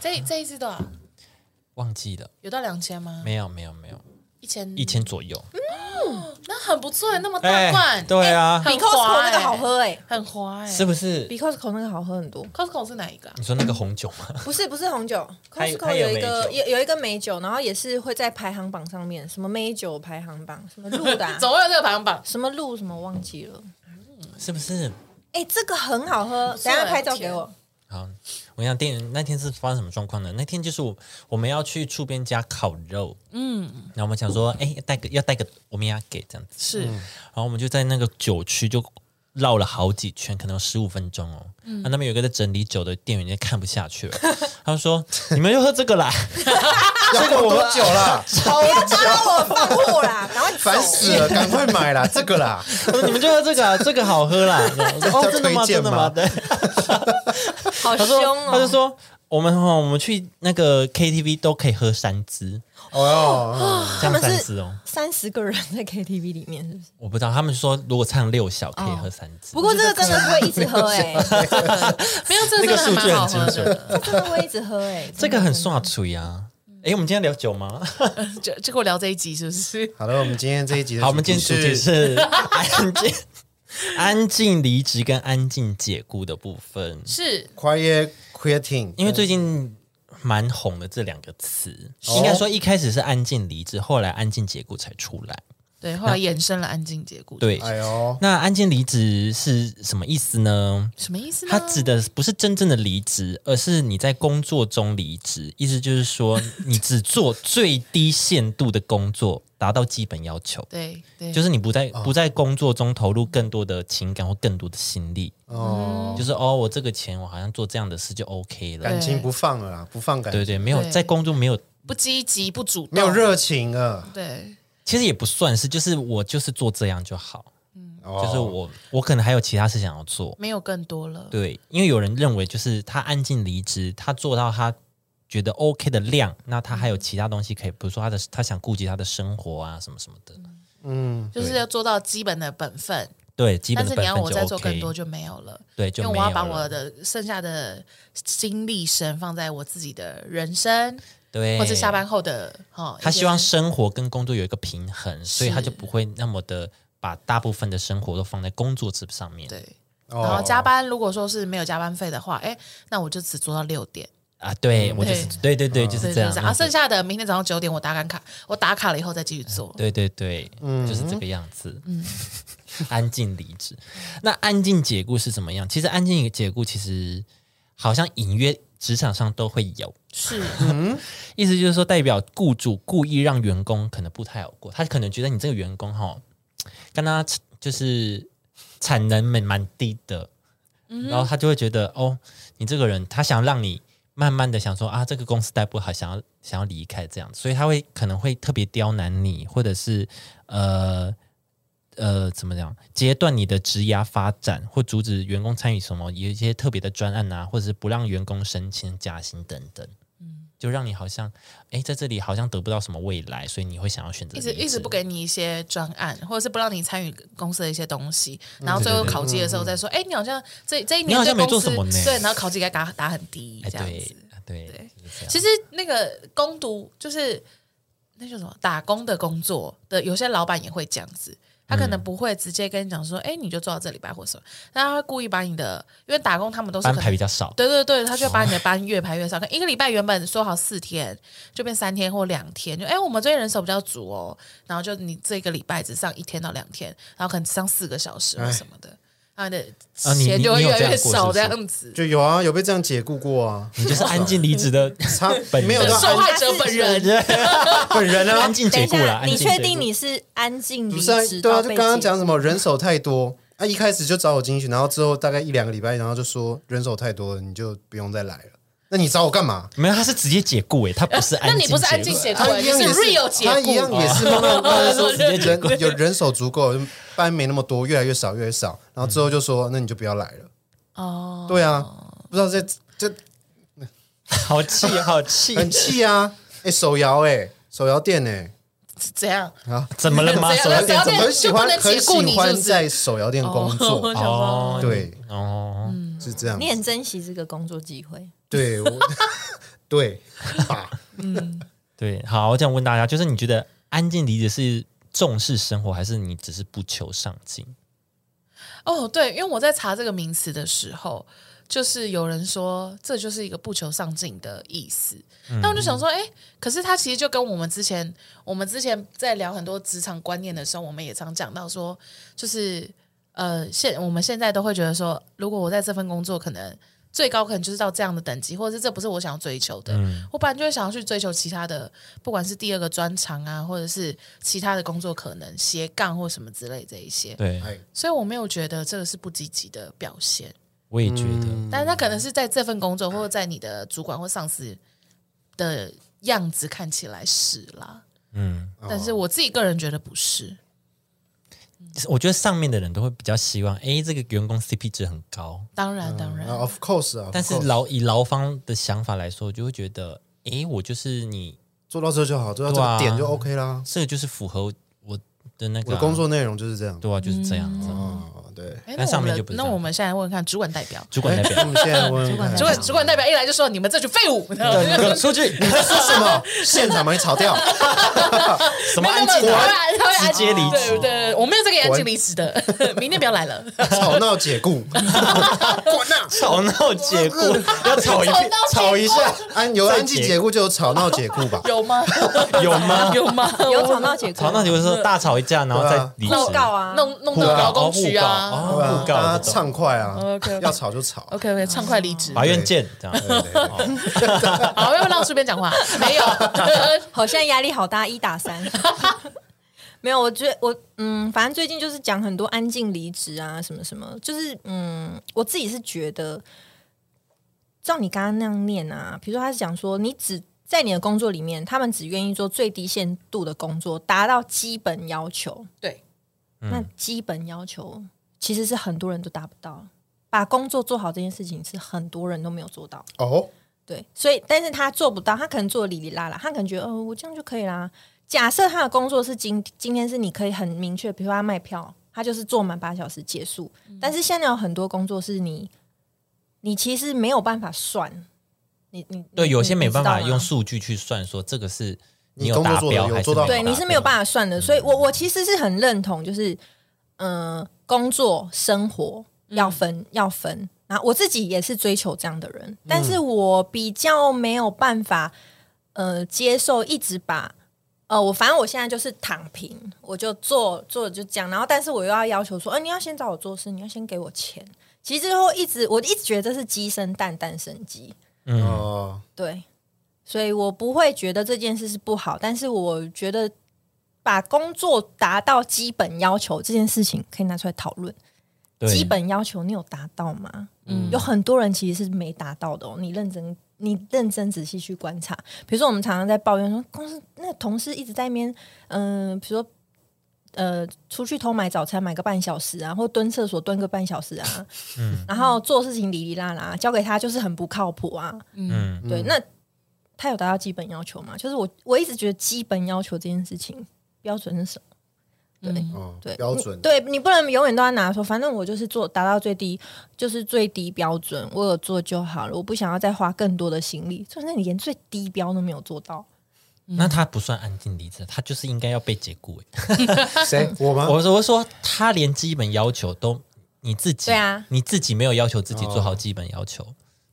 [SPEAKER 4] 这这一支多少？
[SPEAKER 1] 忘记了，
[SPEAKER 4] 有到两千吗？
[SPEAKER 1] 没有没有没有，
[SPEAKER 2] 嗯
[SPEAKER 4] 一千
[SPEAKER 1] 一，千左右。
[SPEAKER 4] 那很不
[SPEAKER 1] 欸
[SPEAKER 4] 错，那么大罐，
[SPEAKER 1] 对啊，
[SPEAKER 4] 很
[SPEAKER 3] 比 Costco
[SPEAKER 4] 滑
[SPEAKER 3] 那
[SPEAKER 4] 欸
[SPEAKER 3] 个好喝哎，
[SPEAKER 4] 哎很滑哎。
[SPEAKER 1] 是不是
[SPEAKER 3] 比？Costco 那个好喝很多。
[SPEAKER 4] Costco 是哪一个啊？
[SPEAKER 1] 你说那个红酒吗？
[SPEAKER 3] 不是不是红酒
[SPEAKER 1] 它有它
[SPEAKER 3] ，Costco
[SPEAKER 1] 有
[SPEAKER 3] 有一
[SPEAKER 1] 美
[SPEAKER 3] 个
[SPEAKER 1] 酒
[SPEAKER 3] 有有一个美酒，然后也是会在排行榜上面，什么美酒排行榜，什么路的 啊，
[SPEAKER 4] 总会有这个排行榜。
[SPEAKER 3] 什么路什么忘记了。
[SPEAKER 1] 是不是？
[SPEAKER 3] 哎、这个很好喝，
[SPEAKER 4] 错
[SPEAKER 3] 等一下拍照给我。
[SPEAKER 1] 好，我想店员那天是发生什么状况呢？那天就是我我们要去厝边家烤肉，嗯，然后我们想说，哎、带个要带个我们要给这样子，嗯
[SPEAKER 4] 是
[SPEAKER 1] 然后我们就在那个酒区就绕了好几圈，可能有十五分钟哦。
[SPEAKER 3] 嗯
[SPEAKER 1] 那那边有一个在整理酒的店员，已经看不下去了，他就说：“你们就喝这个啦，
[SPEAKER 2] 要过多久啦？超久，
[SPEAKER 3] 帮我放货啦，然后你走
[SPEAKER 2] 烦死了，赶快买啦，这个啦，
[SPEAKER 1] 他说你们就喝这个、啊，这个 好喝啦。”我说：“哦，真的吗？
[SPEAKER 2] 这推
[SPEAKER 1] 真
[SPEAKER 2] 荐
[SPEAKER 1] 的
[SPEAKER 2] 吗
[SPEAKER 1] 吗？”对，
[SPEAKER 3] 好
[SPEAKER 1] 他
[SPEAKER 3] 凶
[SPEAKER 1] 说：“
[SPEAKER 3] 哦！
[SPEAKER 1] 他就说，我们哈，我们去那个 KTV 都可以喝三支，
[SPEAKER 2] 哦，
[SPEAKER 1] 这样
[SPEAKER 3] 们
[SPEAKER 1] 三
[SPEAKER 3] 是
[SPEAKER 1] 支哦。
[SPEAKER 3] 三十个人在 KTV 里面，是不是？
[SPEAKER 1] 我不知道，他们说如果唱六小可以喝三支
[SPEAKER 3] 不，过这个真的是会一直喝哎、
[SPEAKER 4] 没有这
[SPEAKER 1] 那
[SPEAKER 4] 个
[SPEAKER 1] 个
[SPEAKER 4] 真的还
[SPEAKER 1] 数据
[SPEAKER 4] 蛮好
[SPEAKER 1] 很
[SPEAKER 4] 喝
[SPEAKER 1] 精
[SPEAKER 4] 的，
[SPEAKER 1] 准。
[SPEAKER 3] 这真的会一直喝哎、真的
[SPEAKER 1] 这个很
[SPEAKER 3] 真的
[SPEAKER 1] 刷嘴啊！哎，我们今天聊酒吗？
[SPEAKER 2] 嗯
[SPEAKER 4] 就就跟我聊这一集是不是？
[SPEAKER 2] 好了，我们今天这一集的
[SPEAKER 1] 好，我们今天主题是
[SPEAKER 2] 是
[SPEAKER 1] 安静、 安静离职跟安静解雇的部分，
[SPEAKER 4] 是
[SPEAKER 2] quiet quitting，
[SPEAKER 1] 因为最近蛮红的这两个词，
[SPEAKER 2] 哦
[SPEAKER 1] 应该说一开始是安静离职，后来安静解雇才出来。
[SPEAKER 4] 对，后来衍生了安静解雇，，
[SPEAKER 1] 对，
[SPEAKER 2] 哎呦，
[SPEAKER 1] 那安静离职是什么意思呢？
[SPEAKER 4] 什么意思呢？
[SPEAKER 1] 它指的不是真正的离职，而是你在工作中离职，意思就是说你只做最低限度的工作，达到基本要求，
[SPEAKER 4] 对对，
[SPEAKER 1] 就是你不在不在工作中投入更多的情感或更多的心力，
[SPEAKER 4] 嗯
[SPEAKER 2] 哦，
[SPEAKER 1] 就是哦，我这个钱我好像做这样的事就 OK 了，
[SPEAKER 2] 感情不放了啦，不放感
[SPEAKER 1] 对
[SPEAKER 2] 情，
[SPEAKER 1] 对，没有
[SPEAKER 4] 对
[SPEAKER 1] 在工作没有，
[SPEAKER 4] 不积极不主动，
[SPEAKER 2] 没有热情了，
[SPEAKER 4] 对，
[SPEAKER 1] 其实也不算是，就是我就是做这样就好，
[SPEAKER 2] 就
[SPEAKER 1] 就是我我可能还有其他事想要做，
[SPEAKER 4] 没有更多了，
[SPEAKER 1] 对，因为有人认为就是他安静离职，他做到他觉得 OK 的量，那他还有其他东西可以，比如说他的他想顾及他的生活啊什么什么的，
[SPEAKER 2] 嗯，
[SPEAKER 4] 就是要做到基本的本分，
[SPEAKER 1] 对，基本
[SPEAKER 4] 但
[SPEAKER 1] 的
[SPEAKER 4] 是
[SPEAKER 1] 本
[SPEAKER 4] 你要
[SPEAKER 1] 分
[SPEAKER 4] 我
[SPEAKER 1] 就
[SPEAKER 4] 再做更
[SPEAKER 1] OK，
[SPEAKER 4] 多就没有了，
[SPEAKER 1] 对，
[SPEAKER 4] 因
[SPEAKER 1] 就
[SPEAKER 4] 为
[SPEAKER 1] 没
[SPEAKER 4] 我
[SPEAKER 1] 有
[SPEAKER 4] 要把我
[SPEAKER 1] 了
[SPEAKER 4] 的剩下的精力神放在我自己的人生，
[SPEAKER 1] 对
[SPEAKER 4] 或者下，班后的哈，
[SPEAKER 1] 他
[SPEAKER 4] 一些
[SPEAKER 1] 希望生活跟工作有一个平衡，所以他
[SPEAKER 4] 是
[SPEAKER 1] 就不会那么的把大部分的生活都放在工作之上面。
[SPEAKER 4] 对，
[SPEAKER 2] 然
[SPEAKER 4] 然后
[SPEAKER 1] 哦
[SPEAKER 4] 加班如果说是没有加班费的话，哎，那我就只做到六点，
[SPEAKER 1] 啊，对我就是对对对，就
[SPEAKER 4] 嗯对
[SPEAKER 1] 是这
[SPEAKER 4] 对
[SPEAKER 1] 样
[SPEAKER 4] 对，
[SPEAKER 1] 那
[SPEAKER 4] 啊，
[SPEAKER 1] 种
[SPEAKER 4] 剩下的明天早上九点我打卡卡，我打卡了以后再继续做，
[SPEAKER 1] 对对对，就是这个样子。 安静离职，那安静解雇是怎么样？其实安静解雇其实好像隐约职场上都会有，
[SPEAKER 4] 是
[SPEAKER 1] 嗯意思就是说代表雇主故意让员工可能不太好过，他可能觉得你这个员工哈、跟他就是产能蛮蛮低的，
[SPEAKER 4] 嗯
[SPEAKER 1] 然后他就会觉得哦，你这个人，他想让你慢慢的想说啊，这个公司待不好，想要想要离开这样子，所以他会可能会特别刁难你，或者是呃呃怎么讲，截断你的职涯发展，或阻止员工参与什么有一些特别的专案啊，或者是不让员工升迁加薪等等。
[SPEAKER 4] 嗯
[SPEAKER 1] 就让你好像，哎，在这里好像得不到什么未来，所以你会想要选择
[SPEAKER 4] 一直
[SPEAKER 1] 离
[SPEAKER 4] 一直
[SPEAKER 1] 职
[SPEAKER 4] 不给你一些专案，或者是不让你参与公司的一些东西，然后最后
[SPEAKER 1] 嗯对对对
[SPEAKER 4] 考绩的时候再说，哎，你好像这这一
[SPEAKER 1] 你
[SPEAKER 4] 年
[SPEAKER 1] 好
[SPEAKER 4] 对
[SPEAKER 1] 像没
[SPEAKER 4] 公
[SPEAKER 1] 做
[SPEAKER 4] 司
[SPEAKER 1] 什么呢
[SPEAKER 4] 对，然后考绩该打打很低
[SPEAKER 1] 哎，
[SPEAKER 4] 这样
[SPEAKER 1] 对
[SPEAKER 4] 子。
[SPEAKER 1] 啊对
[SPEAKER 4] 对
[SPEAKER 1] 就是这样
[SPEAKER 4] 其实那个攻读就是那叫什么打工的工作的，有些老板也会这样子。他可
[SPEAKER 1] 嗯
[SPEAKER 4] 能不会直接跟你讲说，哎、你就做到这礼拜或什么，但他会故意把你的，因为打工他们都是
[SPEAKER 1] 班
[SPEAKER 4] 可
[SPEAKER 1] 排
[SPEAKER 4] 能
[SPEAKER 1] 比较少，
[SPEAKER 4] 对对对，他就把你的班越排越少，可能一个礼拜原本说好四天，就变三天或两天，就哎、我们最近人手比较足哦，然后就你这个礼拜只上一天到两天，然后可能只上四个小时或什么的，然后你
[SPEAKER 1] 哎啊
[SPEAKER 4] 的
[SPEAKER 1] 你
[SPEAKER 4] 钱
[SPEAKER 1] 你
[SPEAKER 4] 就会
[SPEAKER 1] 你有
[SPEAKER 4] 越来
[SPEAKER 1] 这样
[SPEAKER 4] 越
[SPEAKER 1] 过
[SPEAKER 4] 少
[SPEAKER 1] 是不
[SPEAKER 4] 这
[SPEAKER 1] 是
[SPEAKER 4] 样子。
[SPEAKER 2] 就有啊，有被这样解雇过啊，
[SPEAKER 1] 你就是安静离职的
[SPEAKER 2] 他
[SPEAKER 1] 本人
[SPEAKER 2] 没有到
[SPEAKER 4] 受害者本人，
[SPEAKER 2] 本人 啊
[SPEAKER 1] 安，静解
[SPEAKER 3] 等一
[SPEAKER 1] 雇了。
[SPEAKER 3] 下，
[SPEAKER 1] 安
[SPEAKER 3] 你
[SPEAKER 1] 静解雇
[SPEAKER 3] 确定你是安静
[SPEAKER 2] 不
[SPEAKER 3] 离
[SPEAKER 2] 是啊
[SPEAKER 3] 职
[SPEAKER 2] 对啊，
[SPEAKER 3] 到
[SPEAKER 2] 就
[SPEAKER 3] 被
[SPEAKER 2] 刚刚
[SPEAKER 3] 解
[SPEAKER 2] 讲
[SPEAKER 3] 雇
[SPEAKER 2] 什么人手太多。啊！一开始就找我进去，然后之后大概一两个礼拜，然后就说人手太多了，你就不用再来了。那你找我干嘛？
[SPEAKER 1] 没有？他是直接解雇哎，他不是安
[SPEAKER 4] 那
[SPEAKER 1] 静
[SPEAKER 4] 你
[SPEAKER 1] 解雇，
[SPEAKER 4] 不是安静解雇，
[SPEAKER 2] 他
[SPEAKER 4] 你
[SPEAKER 2] 一样也
[SPEAKER 4] real 解
[SPEAKER 2] 他
[SPEAKER 4] 雇
[SPEAKER 2] 一，样也是慢慢慢慢说
[SPEAKER 1] 直接解雇
[SPEAKER 2] 人有人手足够，班没那么多，越来越少，越来越少。然后之后就说，那你就不要来了。
[SPEAKER 4] 哦，
[SPEAKER 2] 对啊，不知道在这
[SPEAKER 1] 好气好气，
[SPEAKER 2] 很气啊！哎，手摇哎，手摇店哎，
[SPEAKER 4] 是这样。
[SPEAKER 1] 怎么了吗？
[SPEAKER 4] 怎
[SPEAKER 1] 手
[SPEAKER 4] 样
[SPEAKER 1] 摇
[SPEAKER 4] 手摇
[SPEAKER 1] 店
[SPEAKER 4] 店
[SPEAKER 2] 很喜欢
[SPEAKER 4] 就不能
[SPEAKER 2] 很
[SPEAKER 4] 解雇你
[SPEAKER 2] 喜欢
[SPEAKER 4] 就是
[SPEAKER 2] 在手摇店工
[SPEAKER 4] 哦我
[SPEAKER 2] 作，
[SPEAKER 4] 想说，
[SPEAKER 2] 对，
[SPEAKER 1] 哦，
[SPEAKER 4] 嗯
[SPEAKER 2] 是这样子。
[SPEAKER 3] 你很珍惜这个工作机 会，
[SPEAKER 2] 对， 我对，啊
[SPEAKER 1] 对，好，我想问大家，就是你觉得安静离职是重视生活，还是你只是不求上进？
[SPEAKER 4] 哦，对，因为我在查这个名词的时候，就是有人说这就是一个不求上进的意思。那我就想说，哎，可是它其实就跟我们之前我们之前在聊很多职场观念的时候，我们也常讲到说，就是呃，现我们现在都会觉得说，如果我在这份工作可能。最高可能就是到这样的等级，或者是这不是我想要追求的，我本来就会想要去追求其他的，不管是第二个专长啊，或者是其他的工作可能斜杠或什么之类这一些。
[SPEAKER 1] 对，
[SPEAKER 2] 哎，
[SPEAKER 4] 所以我没有觉得这个是不积极的表现，
[SPEAKER 1] 我也觉
[SPEAKER 2] 嗯
[SPEAKER 1] 得，
[SPEAKER 4] 但是他可能是在这份工作或者在你的主管或上司的样子看起来是啦，
[SPEAKER 1] 嗯，
[SPEAKER 4] 但是我自己个人觉得不是。
[SPEAKER 1] 我觉得上面的人都会比较希望，哎，这个员工 CP 值很高。
[SPEAKER 4] 当然当然
[SPEAKER 2] 啊，，of course 啊，of
[SPEAKER 1] 但是
[SPEAKER 2] course
[SPEAKER 1] 劳以劳方的想法来说，就会觉得，哎，我就是你，
[SPEAKER 2] 做到这就好，做到这
[SPEAKER 1] 对啊
[SPEAKER 2] 个点就 OK 啦。
[SPEAKER 1] 这个就是符合我的那个啊、
[SPEAKER 2] 我的工作内容就是这样。
[SPEAKER 1] 对啊，就是这样子。
[SPEAKER 2] 哦，对。
[SPEAKER 4] 哎，
[SPEAKER 1] 那
[SPEAKER 4] 那
[SPEAKER 1] 上
[SPEAKER 4] 我们
[SPEAKER 1] 面
[SPEAKER 4] 的
[SPEAKER 1] 就不是
[SPEAKER 4] 那
[SPEAKER 1] 这样
[SPEAKER 4] 我们现在问问看主管代表，
[SPEAKER 1] 主管代
[SPEAKER 2] 哎
[SPEAKER 1] 表
[SPEAKER 2] 我，们现 在问问哎看
[SPEAKER 4] 主管主管代表一来就说你们这群废物， 然后就
[SPEAKER 1] 出去
[SPEAKER 2] 说什么？现场把你炒掉，
[SPEAKER 1] 什么安
[SPEAKER 4] 他
[SPEAKER 1] 静
[SPEAKER 4] 会
[SPEAKER 1] 啊？
[SPEAKER 4] 他会安
[SPEAKER 1] 直接离职
[SPEAKER 4] 对对对，我没有这个安静
[SPEAKER 2] 滚
[SPEAKER 4] 离职的， 明天不要来了。。
[SPEAKER 2] 吵闹解雇，滚 啊！
[SPEAKER 1] 吵闹解雇，要吵一遍，
[SPEAKER 2] 吵一下，安有安
[SPEAKER 1] 再
[SPEAKER 2] 静
[SPEAKER 1] 解
[SPEAKER 2] 解雇就有吵闹解雇 吧
[SPEAKER 4] 有 吗？
[SPEAKER 1] 有吗？
[SPEAKER 4] 有吗？
[SPEAKER 3] 有吵闹结果，
[SPEAKER 1] 吵闹解雇是说大吵一架，然后
[SPEAKER 2] 对
[SPEAKER 1] 再
[SPEAKER 2] 啊
[SPEAKER 1] 离职。
[SPEAKER 3] 互告啊，
[SPEAKER 4] 弄弄
[SPEAKER 1] 互
[SPEAKER 4] 到
[SPEAKER 1] 告
[SPEAKER 4] 劳工局
[SPEAKER 1] 哦
[SPEAKER 4] 啊。
[SPEAKER 2] 对啊
[SPEAKER 1] 互，告
[SPEAKER 2] 让他
[SPEAKER 1] 这种
[SPEAKER 2] 畅快啊
[SPEAKER 4] 哦 OK，OK
[SPEAKER 2] 要吵就吵。
[SPEAKER 4] OK OK，畅快离职。
[SPEAKER 1] 法院见，这样。
[SPEAKER 2] 对对对
[SPEAKER 4] 好，要不要让书边 讲话？没有，
[SPEAKER 3] 好像压力好大，一打三。 没有，我觉得我嗯，反正最近就是讲很多安静离职啊，什么什么，就是嗯，我自己是觉得，照你刚刚那样念啊，比如说他是讲说，你只在你的工作里面，他们只愿意做最低限度的工作，达到基本要求。
[SPEAKER 4] 对，
[SPEAKER 3] 那基本要求其实是很多人都达不到，把工作做好这件事情是很多人都没有做到。
[SPEAKER 2] 哦，
[SPEAKER 3] 对，所以但是他做不到，他可能做得哩哩啦啦，他可能觉得，呃，我这样就可以啦。假设他的工作是今今天是你可以很明确，比如说他卖票，他就是做满八小时结束。但是现在有很多工作是你，你其实没有办法算，你你
[SPEAKER 1] 对，
[SPEAKER 3] 你
[SPEAKER 1] 有些
[SPEAKER 3] 你
[SPEAKER 1] 没办法
[SPEAKER 3] 你知道吗
[SPEAKER 1] 用数据去算，说这个是
[SPEAKER 2] 你
[SPEAKER 1] 有
[SPEAKER 2] 工作
[SPEAKER 1] 达
[SPEAKER 2] 做得
[SPEAKER 1] 标
[SPEAKER 2] 有
[SPEAKER 1] 还是
[SPEAKER 2] 做到
[SPEAKER 1] 没
[SPEAKER 3] 对，
[SPEAKER 1] 有
[SPEAKER 3] 你
[SPEAKER 1] 达
[SPEAKER 3] 是没有
[SPEAKER 1] 标
[SPEAKER 3] 办法算的。所以我我其实是很认同，就是嗯、呃工作生活要分、要分。然后我自己也是追求这样的人，但是我比较没有办法呃接受一直把。呃，我反正我现在就是躺平，我就做做就这样，然后但是我又要要求说，呃，你要先找我做事，你要先给我钱。其实后一直我一直觉得这是鸡生蛋，蛋生鸡。
[SPEAKER 1] 嗯，
[SPEAKER 2] 哦，
[SPEAKER 3] 对，所以我不会觉得这件事是不好，但是我觉得把工作达到基本要求这件事情可以拿出来讨论。
[SPEAKER 1] 对
[SPEAKER 3] 基本要求你有达到吗？
[SPEAKER 4] 嗯
[SPEAKER 3] 有很多人其实是没达到的哦。你认真，你认真仔细去观察。比如说，我们常常在抱怨说，公司那个同事一直在那边，嗯、比如说。呃，出去偷买早餐买个半小时啊，或蹲厕所蹲个半小时啊，然后做事情哩哩啦啦，交给他就是很不靠谱啊，
[SPEAKER 1] 嗯，
[SPEAKER 3] 对，那他有达到基本要求吗？就是我我一直觉得基本要求这件事情标准是什么？
[SPEAKER 4] 嗯
[SPEAKER 2] 哦
[SPEAKER 3] 对，
[SPEAKER 2] 标准
[SPEAKER 3] 你对你不能永远都要拿说，反正我就是做达到最低，就是最低标准，我有做就好了，我不想要再花更多的心力。就是你连最低标都没有做到，
[SPEAKER 1] 那他不算安静离职，他就是应该要被解雇。哎
[SPEAKER 2] 谁我吗？
[SPEAKER 1] 我说我说他连基本要求都你自己
[SPEAKER 3] 对啊哦
[SPEAKER 1] 你自己没有要求自己做好基本要求，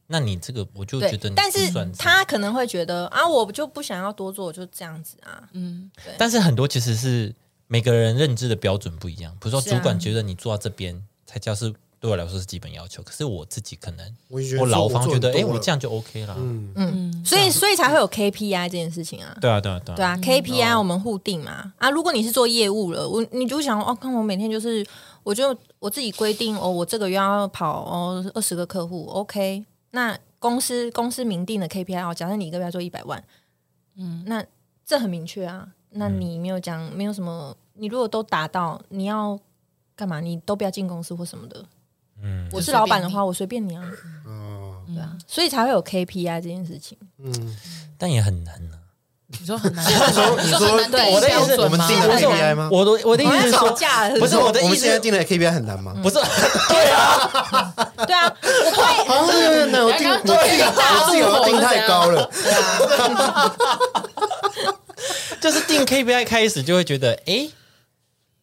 [SPEAKER 1] 那你这个我就觉
[SPEAKER 3] 对
[SPEAKER 1] 得，你
[SPEAKER 3] 但
[SPEAKER 1] 不
[SPEAKER 3] 是
[SPEAKER 1] 算
[SPEAKER 3] 他可能会觉得啊，我就不想要多做，我就这样子啊，
[SPEAKER 1] 但是很多其实是每个人认知的标准不一样，比如说
[SPEAKER 3] 是啊
[SPEAKER 1] 主管觉得你做到这边才叫是对我来说是基本要求，可是我自己可能
[SPEAKER 2] 我就觉得
[SPEAKER 1] 我
[SPEAKER 2] 说
[SPEAKER 1] 老
[SPEAKER 2] 我
[SPEAKER 1] 方
[SPEAKER 2] 做
[SPEAKER 1] 觉
[SPEAKER 2] 很
[SPEAKER 1] 得
[SPEAKER 2] 多
[SPEAKER 1] 哎，我
[SPEAKER 2] 了嗯
[SPEAKER 1] 这样就 OK 啦。
[SPEAKER 3] 嗯所以所以才会有 KPI 这件事情啊。
[SPEAKER 1] 对啊，对啊，对
[SPEAKER 3] 对
[SPEAKER 1] 啊，
[SPEAKER 3] 啊，KPI 我们互定嘛。啊，如果你是做业务了，我你就想哦，看我每天就是，我就我自己规定哦，我这个月要跑哦二十个客户，OK。那公司公司明定的 KPI 哦，假设你一个月要做一百万，嗯，那这很明确啊。那你没有讲，没有什么，你如果都达到，你要干嘛？你都不要进公司或什么的。
[SPEAKER 1] 嗯，
[SPEAKER 3] 我是
[SPEAKER 4] 就随便
[SPEAKER 3] 老板的
[SPEAKER 4] 你
[SPEAKER 3] 话，我随便你啊，
[SPEAKER 2] 哦，
[SPEAKER 3] 对啊，所以才会有 KPI 这件事情。
[SPEAKER 2] 嗯，
[SPEAKER 1] 但也很难啊。
[SPEAKER 4] 你说很难，
[SPEAKER 2] 你
[SPEAKER 4] 说
[SPEAKER 2] 说
[SPEAKER 4] 很难定
[SPEAKER 1] 我的意
[SPEAKER 4] 标
[SPEAKER 1] 思
[SPEAKER 2] 我
[SPEAKER 4] 准
[SPEAKER 2] 们
[SPEAKER 4] 吗？
[SPEAKER 2] 定
[SPEAKER 3] 我
[SPEAKER 2] 了
[SPEAKER 3] 是
[SPEAKER 2] KPI 吗？
[SPEAKER 1] 我的我的意
[SPEAKER 3] 啊我
[SPEAKER 1] 思
[SPEAKER 3] 们
[SPEAKER 1] 是
[SPEAKER 3] 要吵
[SPEAKER 1] 说，
[SPEAKER 3] 架了，
[SPEAKER 1] 不是我的
[SPEAKER 2] 我
[SPEAKER 1] 意
[SPEAKER 2] 们现在
[SPEAKER 1] 思，嗯
[SPEAKER 2] 定的 KPI 很难吗？
[SPEAKER 1] 不是
[SPEAKER 3] 对啊，我不会
[SPEAKER 2] 啊，那我定我自己我自己好像定太高了，
[SPEAKER 1] 就是定 KPI 开始就会觉得，哎，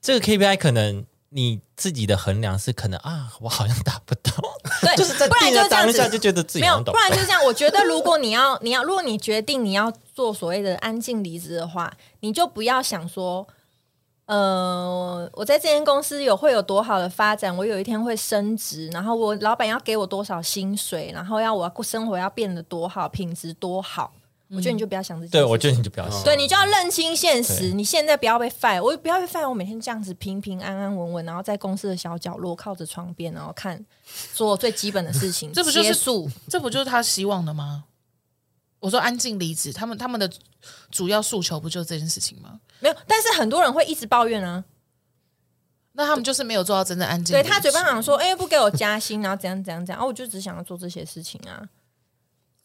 [SPEAKER 1] 这个 KPI 可能你自己的衡量是可能啊，我好像达不到，
[SPEAKER 3] 对，
[SPEAKER 1] 就是在
[SPEAKER 3] 不然
[SPEAKER 1] 定
[SPEAKER 3] 就
[SPEAKER 1] 了
[SPEAKER 3] 这
[SPEAKER 1] 当
[SPEAKER 3] 样
[SPEAKER 1] 下
[SPEAKER 3] 子
[SPEAKER 1] 就觉得自己
[SPEAKER 3] 没
[SPEAKER 1] 好像
[SPEAKER 3] 有，
[SPEAKER 1] 达
[SPEAKER 3] 不
[SPEAKER 1] 不
[SPEAKER 3] 然
[SPEAKER 1] 到
[SPEAKER 3] 就。这样。我觉得，如果你要， 你要，如果你决定你要做所谓的安静离职的话，你就不要想说，呃，我在这间公司有会有多好的发展，我有一天会升职，然后我老板要给我多少薪水，然后要我过生活要变得多好，品质多好。我觉得你就不要想这些。
[SPEAKER 1] 嗯对，我觉得你就不要想。
[SPEAKER 3] 对，你就要认清现
[SPEAKER 1] 对
[SPEAKER 3] 实。你现在不要被 fire，我不要被 fire。我每天这样子平平安安稳稳，然后在公司的小角落，靠着床边，然后看做最基本的 事情，
[SPEAKER 4] 这不就是
[SPEAKER 3] 结束
[SPEAKER 4] 这不就是他希望的吗？我说安静离职，他们他们的主要诉求不就这件事情吗？
[SPEAKER 3] 没有，但是很多人会一直抱怨啊。
[SPEAKER 4] 那他们就是没有做到真正安静
[SPEAKER 3] 对
[SPEAKER 4] 离职。
[SPEAKER 3] 他嘴巴上说，哎、不给我加薪，然后怎样怎样怎样，哦，我就只想要做这些事情啊。